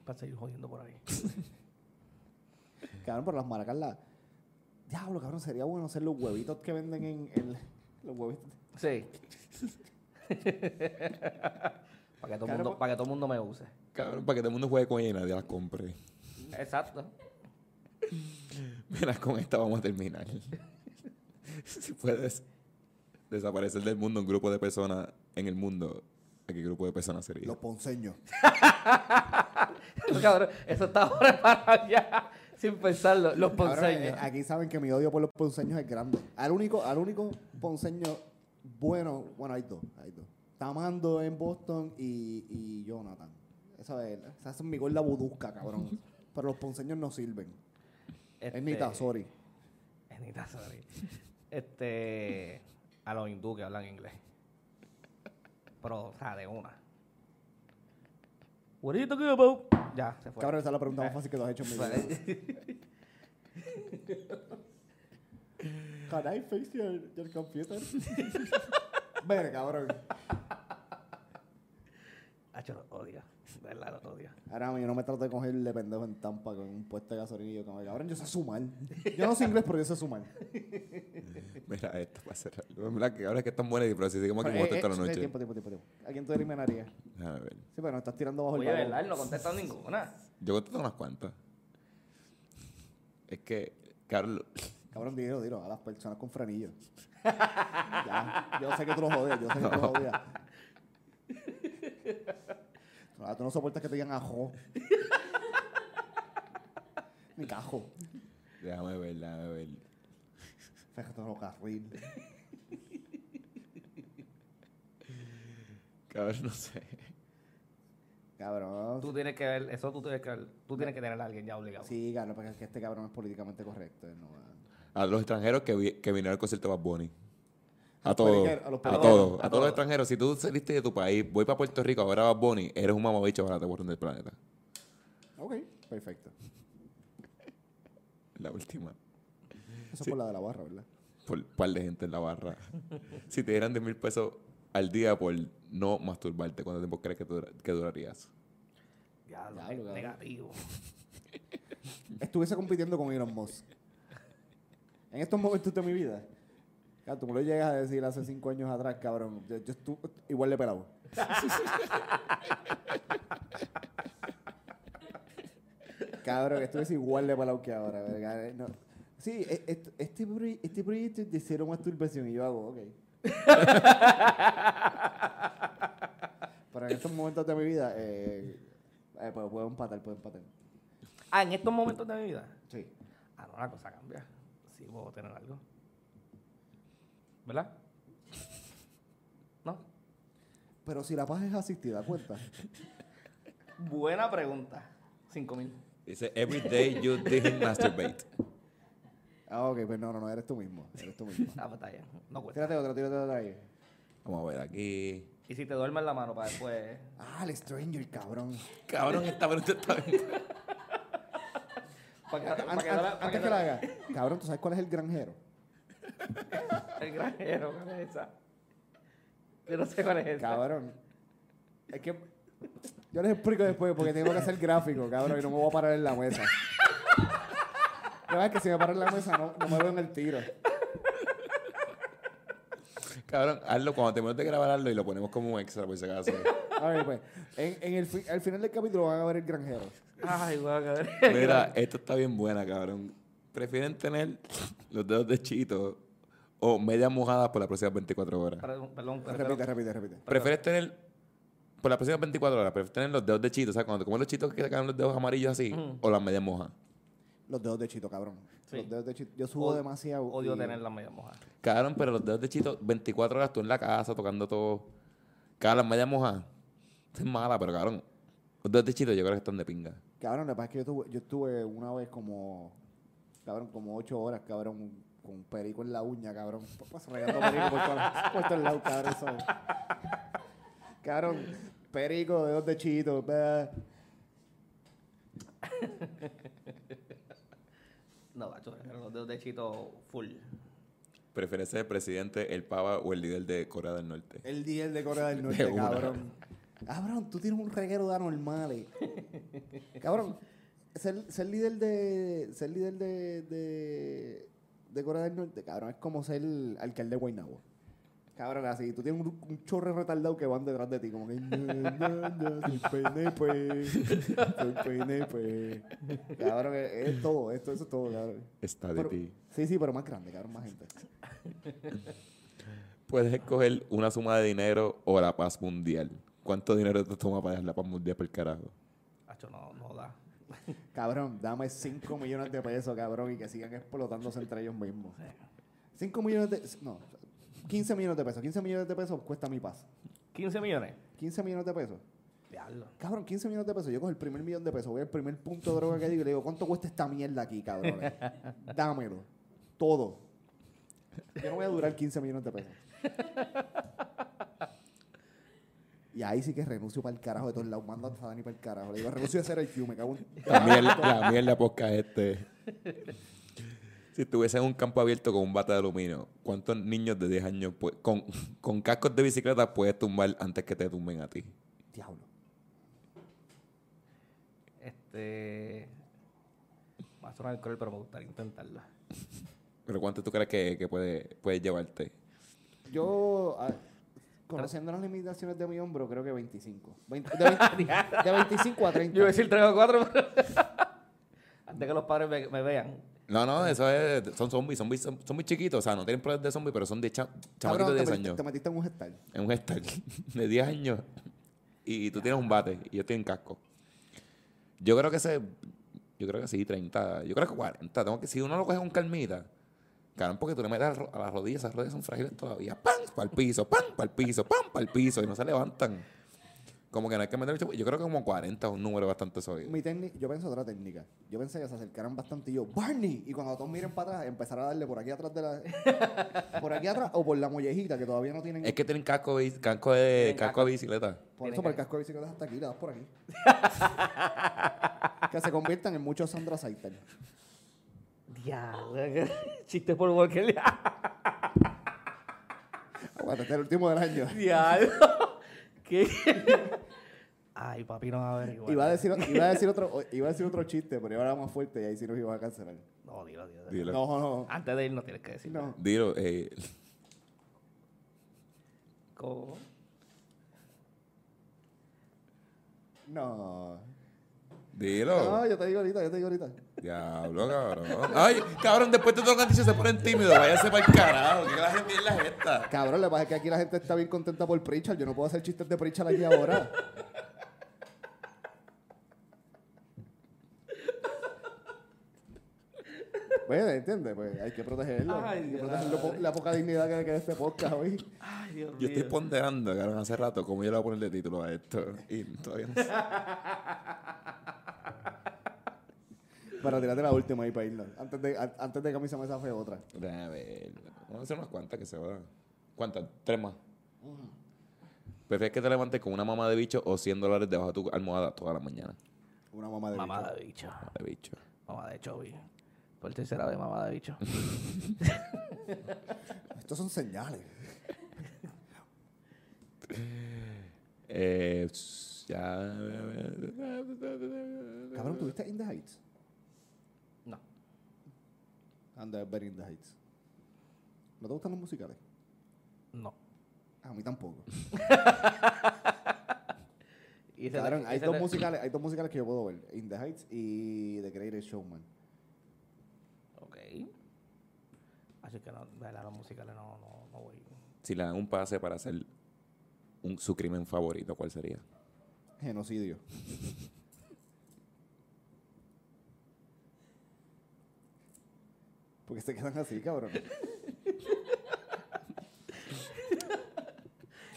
S3: Para seguir jodiendo por ahí.
S2: Cabrón, por las maracas la... Diablo, cabrón, sería bueno hacer los huevitos que venden en... en- los huevitos.
S3: Sí. para, que todo el
S2: Claro,
S3: mundo,
S2: po-
S3: para que todo el mundo me use.
S1: Cabrón, para que todo el mundo juegue con ella y nadie las compre.
S3: Exacto.
S1: Mira, con esta vamos a terminar. si puedes desaparecer del mundo un grupo de personas en el mundo, ¿a qué grupo de personas sería?
S2: Los ponceños.
S3: Eso, cabrón, eso estaba preparado ya sin pensarlo. Los
S2: Cabrón,
S3: ponceños.
S2: eh, aquí saben que mi odio por los ponceños es grande. Al único, al único ponceño bueno... Bueno, hay dos, hay dos. Tamando en Boston y, y Jonathan. Esa es, esa es mi gorda budusca, cabrón. Pero los ponceños no sirven.
S3: Este,
S2: Es Nita, sorry.
S3: Es Nita, sorry. Este. A los hindú que hablan inglés. Pero, o sea, de una. What are you talking about? Ya, se fue.
S2: Cabrón, esa es la pregunta más fácil que tú has hecho en mi
S3: pues,
S2: vida.
S3: eh.
S2: Can I fix your, your computer? Ver, cabrón.
S3: Hacho, los odio. De verdad, los odio.
S2: Ahora yo no me trato de coger de pendejo en Tampa con un puesto de gasolina y yo como, cabrón, yo sé sumar. Yo no sé inglés, pero yo sé sumar.
S1: Mira, esto va a ser algo. Mira, que ahora es que están buenas, pero si seguimos aquí
S2: Pero,
S1: como
S2: eh,
S1: hasta
S2: eh,
S1: la
S2: eh,
S1: noche.
S2: Tiempo, tiempo, tiempo, tiempo. ¿A quién tú eliminarías?
S1: Déjame ver.
S2: Sí, pero nos estás tirando bajo
S3: Oye,
S2: el
S3: de
S2: balón.
S3: verdad, él no contesta ninguna.
S1: Yo contesto unas cuantas. Es que, Carlos,
S2: Cabrón, dilo, dilo, a las personas con frenillo. ya, yo sé que tú los odias, yo sé que tú los odias. Ah, tú no soportas que te digan ajo. Ni cajo.
S1: déjame ver, déjame ver.
S2: Fíjate los carril.
S1: Cabrón, no sé.
S2: Cabrón.
S3: Tú tienes que ver, eso tú tienes que ver. Tú tienes que tener a alguien ya obligado.
S2: Sí, cabrón, porque es que este cabrón es políticamente correcto. él no va.
S1: A los extranjeros que, vi- que vinieron al concierto de Bad Bunny. A
S2: los
S1: todos.
S2: periqueros, a los
S1: A
S2: periqueros,
S1: todos.
S3: a
S1: A todos
S3: todos.
S1: los extranjeros. Si tú saliste de tu país, voy para Puerto Rico, ahora Bad Bunny, eres un mamabicho barato por del planeta.
S2: Ok, perfecto.
S1: La última.
S2: Eso por la de la barra, ¿verdad?
S1: Por un par de gente en la barra. si te dieran 10 mil pesos al día por no masturbarte, ¿cuánto tiempo crees que, dura- que durarías?
S3: Ya,
S2: Diablo,
S3: ne-
S2: cabrón.
S3: negativo.
S2: Estuviese compitiendo con Elon Musk. En estos momentos de mi vida. Claro, tú me lo llegas a decir hace cinco años atrás, cabrón. Yo, yo estuve igual de pelado. cabrón, que estuviese igual de pelado que ahora. verga, eh, no. Sí, e- est- este, proye- este proyecto es de cero masturbación y yo hago, ok. Pero en estos momentos de mi vida, eh, Eh, pero puedo empatar, puedo empatar.
S3: Ah, en estos momentos de mi vida.
S2: Sí.
S3: Ah, no, la cosa cambia. Sí, puedo tener algo. ¿Verdad? ¿No?
S2: Pero si la paz es asistida, cuenta.
S3: Buena pregunta. 5.000. mil.
S1: Dice, every day you didn't masturbate.
S2: Ah, ok, pues no, no, no, eres tú mismo. Eres tú mismo.
S3: La batalla. pues No cuesta.
S2: tírate otra, tírate otra ahí.
S1: Vamos a ver aquí.
S3: Y si te duermes la mano para después.
S2: Ah, el Stranger, cabrón.
S1: Cabrón, esta pregunta está bien.
S3: Para que,
S2: An-
S3: para que,
S2: an-
S3: para
S2: antes que la haga. Cabrón, ¿tú sabes cuál es el granjero?
S3: El granjero, ¿cuál es esa? Yo no sé cuál es esa.
S2: Cabrón. Es que. Yo les explico después porque tengo que hacer gráfico, cabrón, y no me voy a parar en la mesa. La verdad es que si me paro en la mesa no, no me veo en el tiro.
S1: Cabrón, hazlo cuando terminemos de grabar, hazlo y lo ponemos como un extra, por si acaso.
S2: A ver, pues. En, en el fi- al final del capítulo van a ver el granjero.
S3: Ay, guau, cabrón.
S1: Mira, esto está bien buena, cabrón. ¿Prefieren tener los dedos de chito o medias mojadas por las próximas 24 horas?
S3: Perdón, perdón.
S2: Repite, repite, repite.
S1: ¿Prefieres tener, por las próximas 24 horas, prefieres tener los dedos de chito? O sea, cuando te comes los chitos que sacan los dedos amarillos así, o las medias mojas.
S2: Los dedos de chito, cabrón.
S3: Sí.
S2: Los dedos de chito. Yo subo
S3: O-
S2: demasiado.
S3: Odio
S2: y-
S3: tener la media mojada.
S1: Cabrón, pero los dedos de chito, 24 horas tú en la casa tocando todo. Cabrón, las medias mojadas. Es mala, pero cabrón. Los dedos de chito yo creo que están de pinga.
S2: Cabrón, lo que pasa es que yo tuve, yo estuve una vez como, cabrón, como ocho horas, cabrón, con un perico en la uña, cabrón. Pues regando perico por, toda- por todos lados, cabrón. eso. Cabrón, perico, dedos de chito. bah.
S3: No, macho, pero los dedos de chito full.
S1: ¿Prefieres ser el presidente, el pava o el líder de Corea del Norte?
S2: El 10 de Corea del
S1: De
S2: Norte,
S1: una.
S2: cabrón. Cabrón, tú tienes un reguero de anormales. Cabrón, ser, ser líder de. Ser líder de, de. de Corea del Norte, cabrón, es como ser alcalde de Guaynabo. Cabrón, así, tú tienes un, un chorro retardado que van detrás de ti, como que. "Na, na, na, Soy PNP. Soy PNP. pues". Cabrón, es, es todo, esto, eso es todo, cabrón.
S1: Está de
S2: Pero-
S1: ti.
S2: sí, sí, pero más grande, cabrón, más gente.
S1: Puedes escoger una suma de dinero o la paz mundial. ¿Cuánto dinero te toma para dejar la paz mundial por el carajo?
S3: Macho, no, no da.
S2: Cabrón, dame 5 millones de pesos, cabrón, y que sigan explotándose entre ellos mismos. 5 millones de... No, 15 millones de pesos. 15 millones de pesos cuesta mi paz.
S3: 15 millones.
S2: 15 millones de pesos.
S3: Diablo.
S2: Cabrón, 15 millones de pesos. Yo cojo el primer millón de pesos, voy al primer punto de droga que digo y le digo, ¿cuánto cuesta esta mierda aquí, cabrón? Dámelo. Todo. Yo no voy a durar 15 millones de pesos. Y ahí sí que renuncio para el carajo de todos lados. Mando a Dani para el carajo. Le digo, renuncio a ser el Q, me cago en...
S1: La mierda, la mierda posca este. Si estuviese en un campo abierto con un bate de aluminio, ¿cuántos niños de 10 años pue- con, con cascos de bicicleta puedes tumbar antes que te tumben a ti?
S2: Diablo.
S3: Este. Va a sonar cruel, pero me gustaría intentarla.
S1: ¿Pero cuánto tú crees que, que puede, puedes llevarte?
S2: Yo, a- conociendo las limitaciones de mi hombro, creo que 25. Veinte- de, veinte- de 25 a
S3: Yo iba a
S2: 30.
S3: decir 3 o 4, pero. Antes que los padres me, me vean.
S1: No, no, eso es, son zombies, zombies son, son muy chiquitos, o sea, no tienen problemas de zombies, pero son de cha- chamaquitos
S2: Cabrón,
S1: de
S2: te,
S1: 10
S2: metiste,
S1: años.
S2: te metiste en un gestal.
S1: En un gestal de 10 años y tú tienes un bate y yo estoy en casco. Yo creo que ese, yo creo que sí, 30, yo creo que 40. Tengo que, si uno lo coge con calmita, caramba, porque tú le metes a la ro- a las rodillas, esas rodillas son frágiles todavía. ¡Pam! Para el piso, ¡pam! Para el piso, ¡pam! Para el piso y no se levantan. Como que no hay que meter mucho. Yo creo que como 40 es un número bastante sólido.
S2: Mi técnica, yo pensé otra técnica. Yo pensé que se acercaran bastante y yo, Barney. Y cuando todos miren para atrás, empezar a darle por aquí atrás de la. por aquí atrás o por la mollejita que todavía no tienen.
S1: Es que tienen casco, de bici- casco de,
S3: Tienen
S1: casco de bicicleta.
S2: por
S3: Tienen
S2: eso, por el
S3: que-
S2: casco de bicicleta hasta aquí, le das por aquí. que se conviertan en muchos Sandra Saiter.
S3: Diablo. Chiste por cualquier día.
S2: Aguántate este el último del año.
S3: Diablo. ¿Qué? Ay, papi, no va a ver igual.
S2: Iba a, decir, iba, a decir otro, iba a decir otro chiste, pero iba a hablar más fuerte y ahí sí nos iba a cancelar.
S3: No, dilo, dilo. dilo.
S1: Dilo.
S2: No, no,
S3: Antes de ir, no tienes que decirlo.
S2: no.
S1: Dilo, eh,
S3: ¿Cómo?
S2: No.
S1: dilo.
S2: No, yo te digo ahorita, yo te digo ahorita.
S1: Diablo, cabrón. Ay, cabrón, después de todo lo que han dicho se ponen tímidos. Váyase para el carajo. ¿Qué clase de mierda es esta?
S2: Cabrón, lo que pasa es que aquí la gente está bien contenta por Pritchard. Yo no puedo hacer chistes de Pritchard aquí ahora. Bueno, ¿entiendes? Pues hay que protegerlo.
S3: Ay,
S2: hay que
S3: Dios.
S2: protegerlo po- la poca dignidad que le queda a este podcast hoy.
S3: Ay, Dios mío.
S1: Yo estoy ponderando, cabrón, hace rato, cómo yo le voy a poner de título a esto. Y todavía no sé.
S2: Para tirarte la última ahí para irnos. Antes de, a- antes de que a mí se me zafe otra.
S1: A ver, vamos a hacer unas cuantas que se van. ¿Cuántas? Tres más. ¿Prefieres que te levantes con una mamá de bicho o 100 dólares debajo de tu almohada toda la mañana?
S2: Una mamá de
S3: Mamada
S2: bicho.
S3: de bicho.
S1: Mamá de bicho.
S3: Mamada de chovi. Por tercera vez, mamada de bicho.
S2: Estos son señales.
S1: Eh, ya.
S2: Cabrón, ¿tuviste In the Heights?
S3: No.
S2: And I've been in the Heights. ¿No te gustan los musicales?
S3: No.
S2: A mí tampoco.
S3: Y ese-
S2: Cabrón, hay
S3: ese-
S2: dos musicales, hay dos musicales que yo puedo ver, In the Heights y The Greatest Showman.
S3: Ok. Así que no, ¿verdad? los musicales no, no, no voy.
S1: Si le dan un pase para hacer un- su crimen favorito, ¿cuál sería?
S2: Genocidio. Porque se quedan así, cabrón.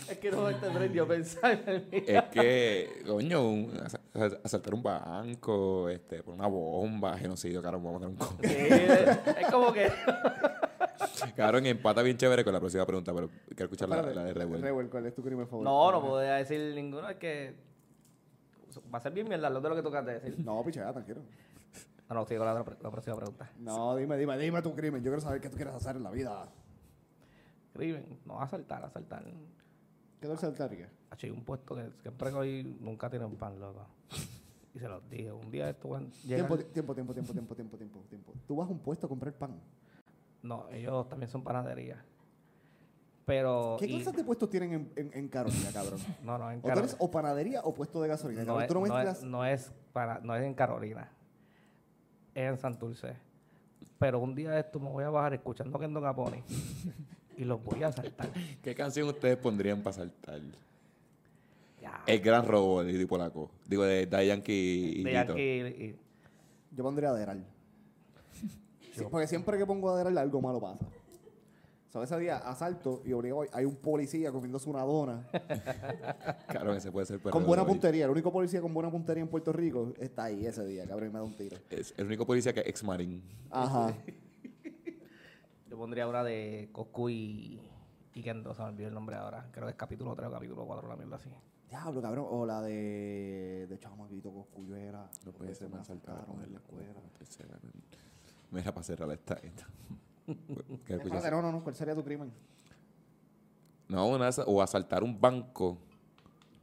S3: Es que no este break yo pensaba en mí.
S1: Es que, coño, un- asa- asa- asaltar un banco, este, por una bomba, genocidio, cabrón, vamos a matar un co-
S3: Sí, es como que.
S1: Cabrón, empata bien chévere con la próxima pregunta, pero quiero escuchar la,
S2: Espérate,
S1: la de Revuel.
S2: Rewell, ¿cuál es tu crimen favorito?
S3: No, no podía decir ninguno. Es que. Va a ser bien mierda lo de lo que tú acabas de decir.
S2: No, pichada, tranquilo.
S3: No, no, sigo la, otra pre- la próxima pregunta.
S2: No, dime, dime, dime tu crimen. Yo quiero saber qué tú quieres hacer en la vida.
S3: Crimen. No, asaltar, asaltar.
S2: ¿Qué dulce altaria?
S3: Hacho, hay Ah, un puesto que siempre hoy nunca tienen pan, loco. Y se los dije. Un día esto llegan...
S2: Tiempo, tiempo, tiempo, tiempo, tiempo, tiempo, tiempo, tiempo. Tú vas a un puesto a comprar pan.
S3: No, ellos también son panaderías. Pero.
S2: ¿Qué
S3: Oh, y-
S2: clases de puestos tienen en, en, en Carolina, cabrón?
S3: No, no, en
S2: O tú
S3: Carolina.
S2: eres o panadería o puesto de gasolina.
S3: No
S2: cabrón.
S3: es,
S2: tú no
S3: no es-
S2: mezclas.
S3: no es para, no es en Carolina. Es en Santurce. Pero un día de esto me voy a bajar escuchando que Don Capone y los voy a saltar.
S1: ¿Qué canción ustedes pondrían para saltar? El gran robo de Didi Polaco. Digo, de Daddy Yankee y
S3: De
S1: Tito.
S3: Yankee y-
S2: Yo pondría Aderal. Sí, porque siempre que pongo Aderal algo malo pasa. O sea, ese día asalto y obligado hay un policía comiéndose una dona
S1: Cabrón, ese puede ser el
S2: con
S1: perreo
S2: buena
S1: de hoy.
S2: puntería. El único policía con buena puntería en Puerto Rico está ahí ese día, cabrón, y me da un tiro.
S1: Es el único policía que es ex marín.
S2: Ajá.
S3: yo pondría ahora de Coscu y, y Kendo, se me olvidó el nombre ahora. Creo que es capítulo 3 o capítulo 4, una mierda así.
S2: Diablo, cabrón. O la de, de Chamaquito Coscuyuera.
S1: No puede ser más saltaron en la escuela.
S2: escuela.
S1: Mira, para cerrar esta. esta. ¿Qué escuchas?
S2: Espérate, no, no, no. ¿Cuál sería tu crimen?
S1: No, una de esas- o asaltar un banco.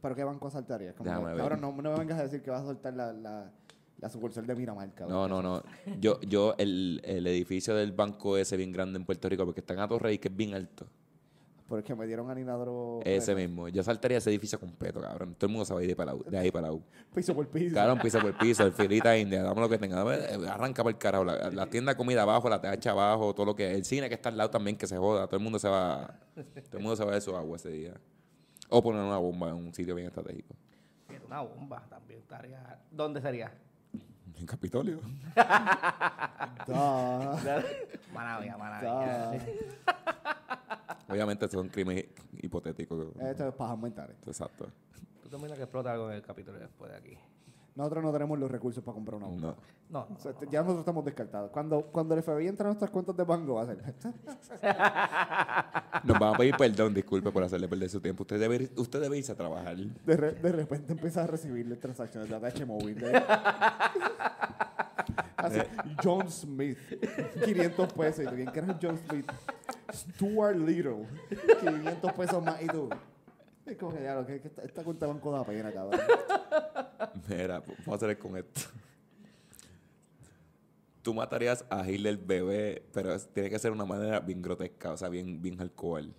S2: ¿Pero qué banco asaltarías? Como
S1: Déjame
S2: que,
S1: ver.
S2: Cabrón, no, no me vengas a decir que vas a asaltar la, la, la sucursal de Miramar, cabrón.
S1: No, no, no. Yo, yo el, el edificio del banco ese bien grande en Puerto Rico, porque está en Atorrey, que es bien alto.
S2: Pero es que me dieron eh, anidadro.
S1: Ese mismo. Yo saltaría ese edificio completo, cabrón. Todo el mundo se va a ir de, para la U- de ahí para la U.
S2: Piso por piso.
S1: Cabrón, piso por piso, el filita india, dame lo que tenga. dame, eh, arranca para el carajo. La, la tienda de comida abajo, la tacha abajo, todo lo que El cine que está al lado también que se joda. Todo el mundo se va. Todo el mundo se va de su agua ese día. O poner una bomba en un sitio bien estratégico.
S3: Era una bomba también. Estaría, ¿Dónde sería?
S1: En Capitolio.
S2: Da,
S3: Maravilla, maravilla.
S2: da.
S1: Obviamente, esto es un crimen hipotético.
S2: Esto es pajas mentales.
S1: Exacto.
S3: Tú también que explota algo en el capítulo después de aquí.
S2: Nosotros no tenemos los recursos para comprar una bomba.
S1: No.
S3: No, no,
S2: O sea,
S3: no,
S2: te-
S3: no.
S2: ya nosotros estamos descartados. Cuando, cuando el FBI entra a nuestras cuentas de banco, va a ser.
S1: Nos van a pedir perdón, disculpe por hacerle perder su tiempo. Usted debe, ir- usted debe irse a trabajar.
S2: De, re- de repente empiezas a recibirle transacciones de ATH móvil. de- Así, John Smith, 500 pesos. ¿Y tú quién crees John Smith? Stuart Little, 500 pesos más. ¿Y tú? Es como que ya, lo que que esta, esta cuenta de banco da pena, cabrón.
S1: Mira, vamos a hacer con esto. Tú matarías a Hitler bebé, pero es- tiene que ser de una manera bien grotesca, o sea, bien, bien alcohol.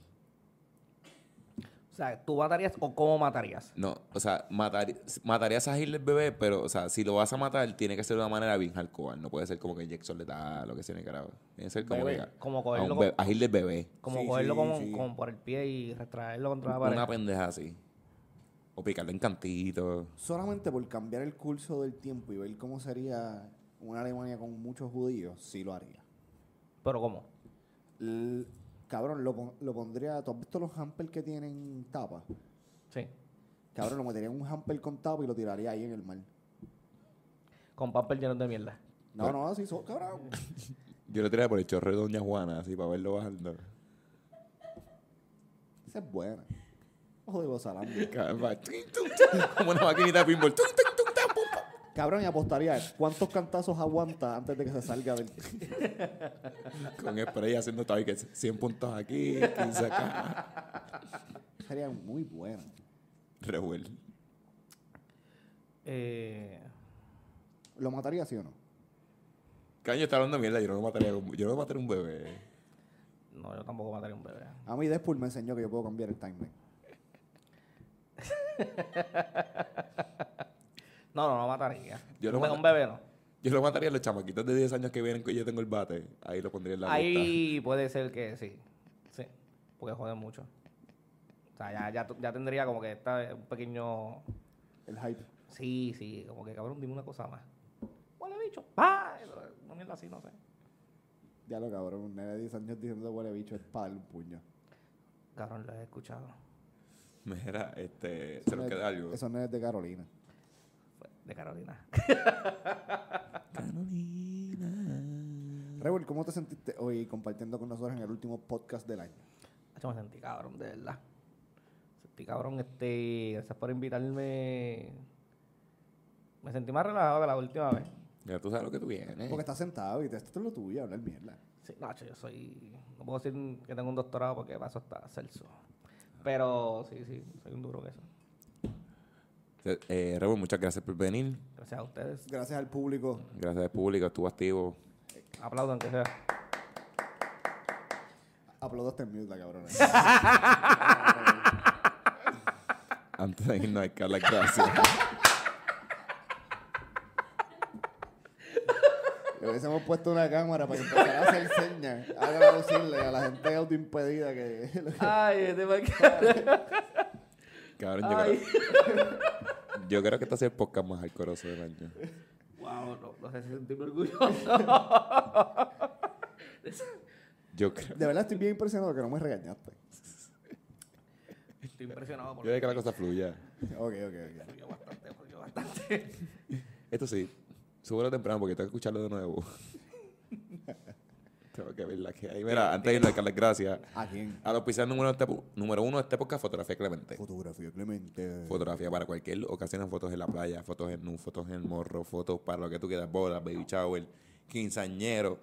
S3: O sea, ¿tú matarías o cómo matarías?
S1: No, o sea, matar- matarías a Hitler bebé, pero, o sea, si lo vas a matar, tiene que ser de una manera bien hardcore. No puede ser como que Jackson le da lo que sea en Nicaragua. Tiene que ser como
S3: Bebé,
S1: que.
S3: como
S1: a,
S3: cogerlo
S1: un
S3: con-
S1: bebé- a Hitler bebé.
S3: Como
S2: Sí,
S3: cogerlo
S2: sí,
S3: como,
S2: sí.
S3: como por el pie y retraerlo contra la pared.
S1: Una pendeja así. O picarle en cantitos.
S2: Solamente por cambiar el curso del tiempo y ver cómo sería una Alemania con muchos judíos, sí lo haría.
S3: Pero ¿cómo?
S2: L- cabrón, lo, pon- lo pondría. ¿Tú has visto los hampers que tienen tapa?
S3: Sí.
S2: Cabrón, lo metería en un hamper con tapa y lo tiraría ahí en el mar.
S3: Con papel lleno de mierda.
S2: No, no, así son, cabrón.
S1: Yo lo tiré por el chorro de Doña Juana, así, para verlo bajando.
S2: Esa es buena. Ojo de Bozalandia.
S1: Caramba, tin, tum, tum, Como una maquinita de pinball. Tum, tum, tum, tam, pum, pam.
S2: Cabrón, y apostaría eh, cuántos cantazos aguanta antes de que se salga del.
S1: Con spray haciendo targets. 100 puntos aquí, 15 acá.
S2: Sería muy buena.
S1: Revuelto.
S3: Eh,
S2: ¿Lo mataría, sí o no?
S1: Caño está hablando mierda. Yo no mataría a un- yo no mataría a un bebé.
S3: no, yo tampoco mataría un bebé.
S2: A mí Deadpool me enseñó que yo puedo cambiar el timeline.
S3: No, no, no mataría.
S1: Yo no
S3: un, be-
S1: mata-
S3: un bebé no.
S1: Yo lo mataría a los chamaquitos de 10 años que vienen que yo tengo el bate. Ahí lo pondría en la lista.
S3: Ahí puede ser que sí. Sí. Porque jode mucho. O sea, ya, ya, tu- ya tendría como que esta, un pequeño.
S2: El hype.
S3: Sí, sí. Como que cabrón, dime una cosa más. Huele bicho. ¡Ah! No mierda así, no sé.
S2: Ya lo cabrón, un nene de 10 años diciendo huele bicho es para darle un puño.
S3: Cabrón, lo he escuchado.
S1: Mira, este. Se nos
S2: Nene-
S1: queda algo.
S2: Esos nenes de Carolina.
S3: Fue De Carolina.
S2: Rebel, ¿cómo te sentiste hoy compartiendo con nosotros en el último podcast del año?
S3: Hacho, me sentí cabrón, de verdad. Sentí cabrón, este. Gracias por invitarme. Me sentí más relajado que la última vez.
S1: Ya tú sabes lo que tú vienes.
S2: Porque estás sentado y te esto es lo tuyo, hablar mierda.
S3: Sí, no, hacho, yo soy. No puedo decir que tengo un doctorado porque para eso está Celso. Pero sí, sí, soy un duro que eso.
S1: Eh, Raúl, muchas gracias por venir.
S3: Gracias a ustedes.
S2: Gracias al público.
S1: Gracias al público, estuvo activo.
S3: Aplaudan que sea.
S2: Aplaudaste en este mute, la cabrona.
S1: Antes de irnos hay que dar las gracias.
S2: Le hubiésemos puesto una cámara para que empezara a hacer señas, a traducirle a la gente autoimpedida que...
S3: Ay, este va a
S1: Cabrón, yo
S3: Ay.
S1: creo, yo creo que este ha sido el podcast más alcoroso del año.
S3: Wow, no, no sé si sentirme orgulloso.
S1: Yo creo.
S2: De verdad estoy bien impresionado que no me regañaste.
S3: Estoy impresionado
S1: Yo
S3: por
S1: creo que la cosa fluya.
S2: Ok, ok, ok.
S3: Yo bastante, porque yo bastante.
S1: Esto sí, súbelo temprano porque tengo que escucharlo de nuevo. tengo que ver la que hay. Mira, antes de irnos hay que dar las gracias.
S2: ¿A quién?
S1: A los pisados número, este po- número uno de esta época, Fotografía Clemente.
S2: Fotografía Clemente.
S1: Fotografía para cualquier ocasión, fotos en la playa, fotos en nu, fotos en morro, fotos para lo que tú quieras, bodas, baby shower, quinceañero.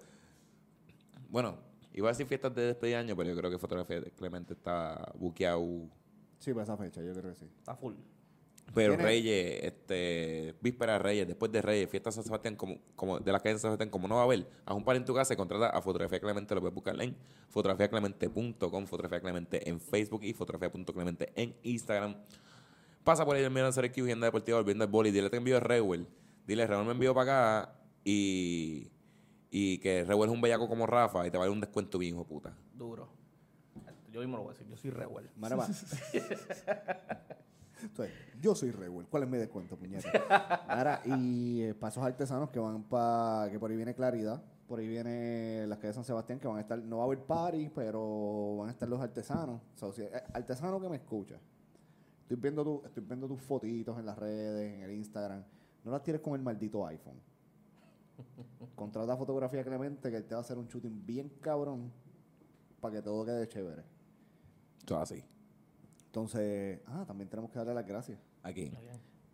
S1: Bueno, iba a decir fiestas de despedida de año, pero yo creo que fotografía de Clemente está buqueado.
S2: Sí, para esa fecha, yo creo que sí.
S3: Está full.
S1: Pero
S2: Viene-
S1: Reyes, este, víspera de Reyes, después de Reyes, fiestas de San Sebastián, como, como de las calles de San Sebastián, como no va a haber, haz un par en tu casa y contrata a Fotografía Clemente, lo puedes buscar en fotografiaclemente.com, Fotografía Clemente en Facebook y fotografía.clemente en Instagram. Pasa por ahí el Miran Cerequi, Agenda Deportiva, volviendo al boli, dile te envío a Rewell, dile Rewell me envió para acá y, y que Rewell es un bellaco como Rafa y te va a dar un descuento bien hijo de puta.
S3: Duro. Yo mismo lo voy a decir, yo soy revuelto.
S2: Mara, va. Entonces, yo soy Rewell. ¿Cuál es mi descuento, puñeta? Mara, y eh, pasos artesanos que van para... Que por ahí viene Claridad. Por ahí viene las calles de San Sebastián que van a estar... No va a haber party, pero van a estar los artesanos. So, si- eh, artesano que me escucha. Estoy viendo, tu- estoy viendo tus fotitos en las redes, en el Instagram. No las tires con el maldito iPhone. Contrata a fotografía Clemente que él te va a hacer un shooting bien cabrón para que todo quede chévere.
S1: Todo así.
S2: Entonces, ah, también tenemos que darle las gracias
S1: Aquí.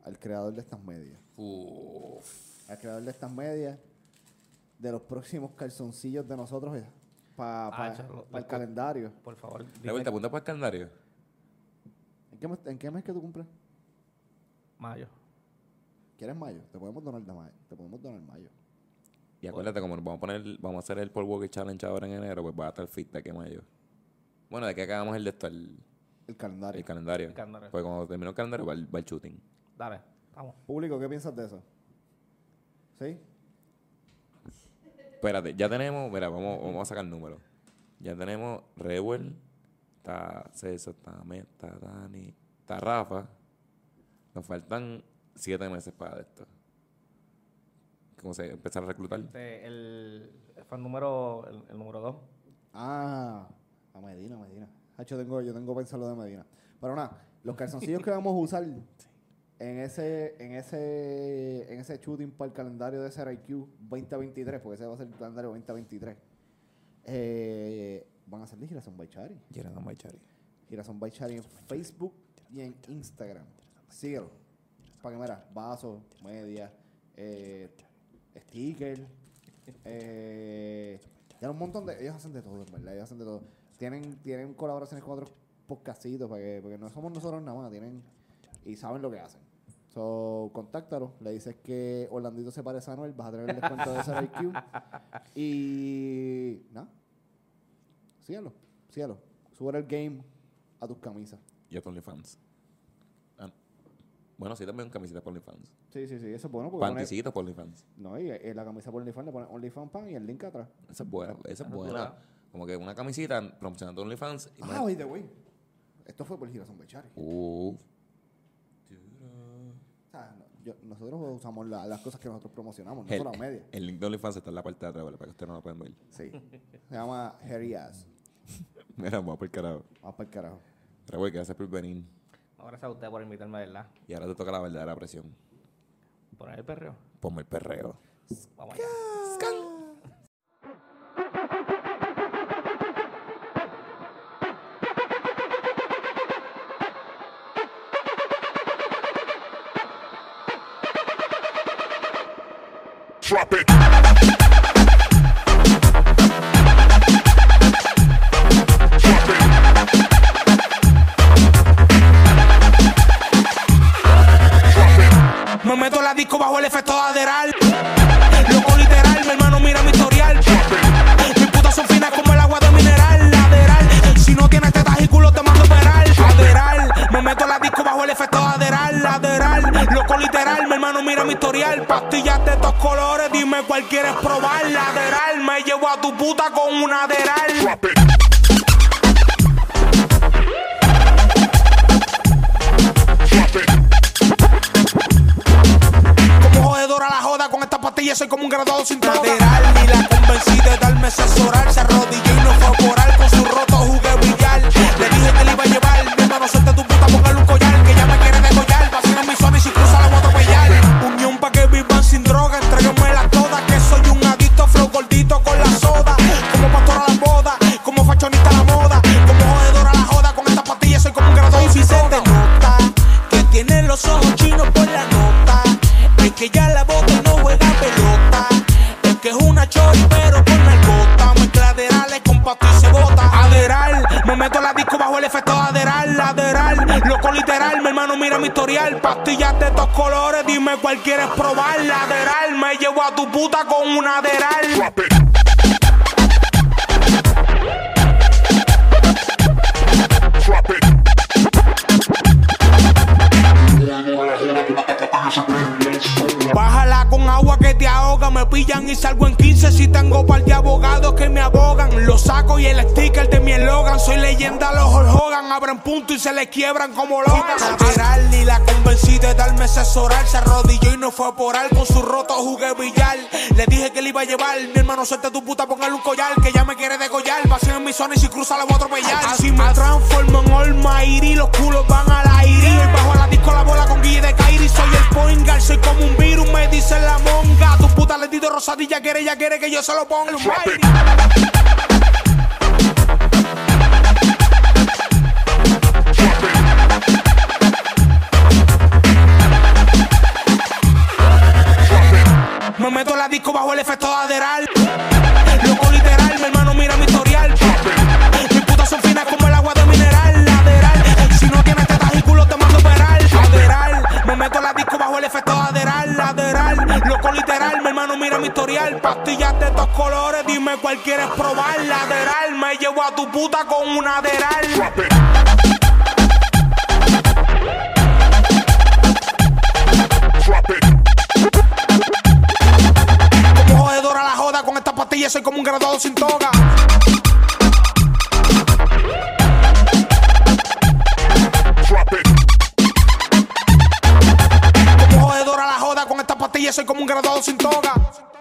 S2: al creador de estas medias.
S1: Uf.
S2: Al creador de estas medias, de los próximos calzoncillos de nosotros eh, para
S3: Ah, yo lo-
S2: el
S3: lo-
S2: calendario.
S3: Por favor, dime-
S1: Rewell, ¿te apuntas para el calendario?
S2: ¿En qué, mes, en qué mes que tú cumples?
S3: Mayo.
S2: ¿Quieres mayo? Te podemos donar de mayo. Te podemos donar mayo.
S1: Y acuérdate, como nos vamos a poner, vamos a hacer el Paul Walker Challenge ahora en enero, pues va a estar fit de aquí a mayo. Bueno, de que acabamos el de esto, el,
S2: El calendario.
S1: el calendario.
S3: El calendario.
S1: Pues cuando termine el calendario va el, va el shooting.
S3: Dale, vamos.
S2: Público, ¿qué piensas de eso? ¿Sí?
S1: Espérate, ya tenemos, mira, vamos, vamos a sacar números. Ya tenemos Rewell, está César, está Meta, está Dani, está Rafa. Nos faltan siete meses para esto. como se empezaron a reclutar.
S4: Este, el fan número, el, el número 2.
S2: Ah, a Medina, Medina. Ah, yo tengo, yo tengo pensado lo de Medina. Pero nada, los calzoncillos que vamos a usar en ese, en ese, en ese shooting para el calendario de SRIQ 2023, porque ese va a ser el calendario 2023, eh, van a ser de Girasón Baichari.
S1: Llegan a Maichari.
S2: Girasón Baichari en Facebook y en Instagram. Síguelo. Para que mira, vasos, media, eh, sticker, eh, ya un montón de. Ellos hacen de todo, en verdad. Ellos hacen de todo. Tienen, tienen colaboraciones con otros podcastitos para que, porque no somos nosotros nada más, tienen y saben lo que hacen. So, contáctalo, le dices que Orlandito se parece a Noel, vas a tener el descuento de SRIQ. y nada. Síguelo, síguelo. Sube el game a tus camisas.
S1: Y a tu OnlyFans. Ah, bueno, sí, también camiseta por OnlyFans.
S2: Sí, sí, sí, eso es bueno porque pone-
S1: Panticitos por OnlyFans.
S2: No, y eh, la camisa por OnlyFans le pones OnlyFans pan y el link atrás.
S1: Esa es buena. Esa es
S4: Ah,
S1: buena.
S4: dura.
S1: Como que una camisita promocionando OnlyFans. y
S2: Ah,
S1: más-
S2: oíste, güey. Esto fue por Girasón Bechari.
S1: Uh,
S2: O sea, no- yo- nosotros usamos la- las cosas que nosotros promocionamos, no
S1: el,
S2: solo las medias.
S1: el link de OnlyFans está en la parte de atrás, ¿verdad? Para que ustedes no lo pueden ver.
S2: Sí. Se llama Hairy Ass.
S1: Mira, vamos por el carajo.
S2: Vamos para el carajo.
S1: Pero, güey, gracias por venir.
S4: No, gracias a ustedes por invitarme, ¿verdad?
S1: Y ahora te toca la verdadera presión.
S4: Poner el perreo.
S1: Ponme el perreo.
S4: Vamos allá.
S5: Me meto a la disco bajo el efecto lateral. Loco literal, mi hermano mira mi historial. Mis putas son finas como el agua de mineral. Lateral, si no tienes tetas y culo te mando a operar. Lateral, me meto a la disco bajo el efecto lateral. Lateral, loco literal, mi hermano mira mi historial. Pastillas de estos colores, dime cuál quieres probar. Lateral, me llevo a tu puta con una lateral. Como jodedora la joda con esta pastilla soy como un graduado sin droga. Lateral, ni la convencí de darme asesorar. Se arrodillé y no fue a por al, Con su roto jugué billar. Le dije que le iba a llevar. Mi hermano, suelta tu puta, póngale un collar. Que ya me quiere degollar. Vacina mi suave y si cruza la voy a atropellar. Unión pa' que vivan sin droga. Entréguenmela todas. Que soy un adicto, flow gordito con la soda. Como pastora a la boda. Como fachonista a la moda. Como jodedora la joda con esta pastilla soy como un graduado sin droga. nota que tiene los ojos chinos por la nota. Es que ya la bota no juega pelota. Es que es una chori, pero con narcota. Mezcla aderales con pato y se bota. Aderal, me meto a la disco bajo el efecto aderal. Aderal, loco literal, mi hermano mira mi historial. Pastillas de estos colores, dime cuál quieres probar. Lateral, me llevo a tu puta con una aderal. Bájala con agua que te ahoga. Me pillan y salgo en 15 si tengo par de abogados que me abogan. Lo saco y el sticker de mi eslogan. Soy leyenda, los Hulk Hogan. Abren punto y se le quiebran como Logan. Lateral, ni la convencí de darme asesorar. Se arrodilló y no fue por al. Con su roto jugué billar. Le dije que le iba a llevar. Mi hermano, suelta tu puta, póngale un collar. Que ya me quiere degollar. Vacío en mi zona y si cruza la voy a atropellar. Así me transformo en Almighty. Los culos van al aire. Y bajo la disco la bola con Guille de Kairi. Soy el point guard, soy como un virus. Me dicen la monga. Tu puta le tiro rosadilla. Quiere, ya quiere que yo se lo ponga. Almighty. Me meto a la disco bajo el efecto lateral. Loco literal, mi hermano mira mi historial. Mis putas son finas como el agua de mineral. Lateral, si no tienes tetas y culo te mando a operar. Lateral, me meto a la disco bajo el efecto lateral. Lateral, loco literal, mi hermano mira mi historial. Pastillas de estos colores, dime cuál quieres probar. Lateral, me llevo a tu puta con una lateral. Como jodedora la joda con esta pastilla soy como un graduado sin toga. Como jodedora la joda con esta pastilla soy como un graduado sin toga.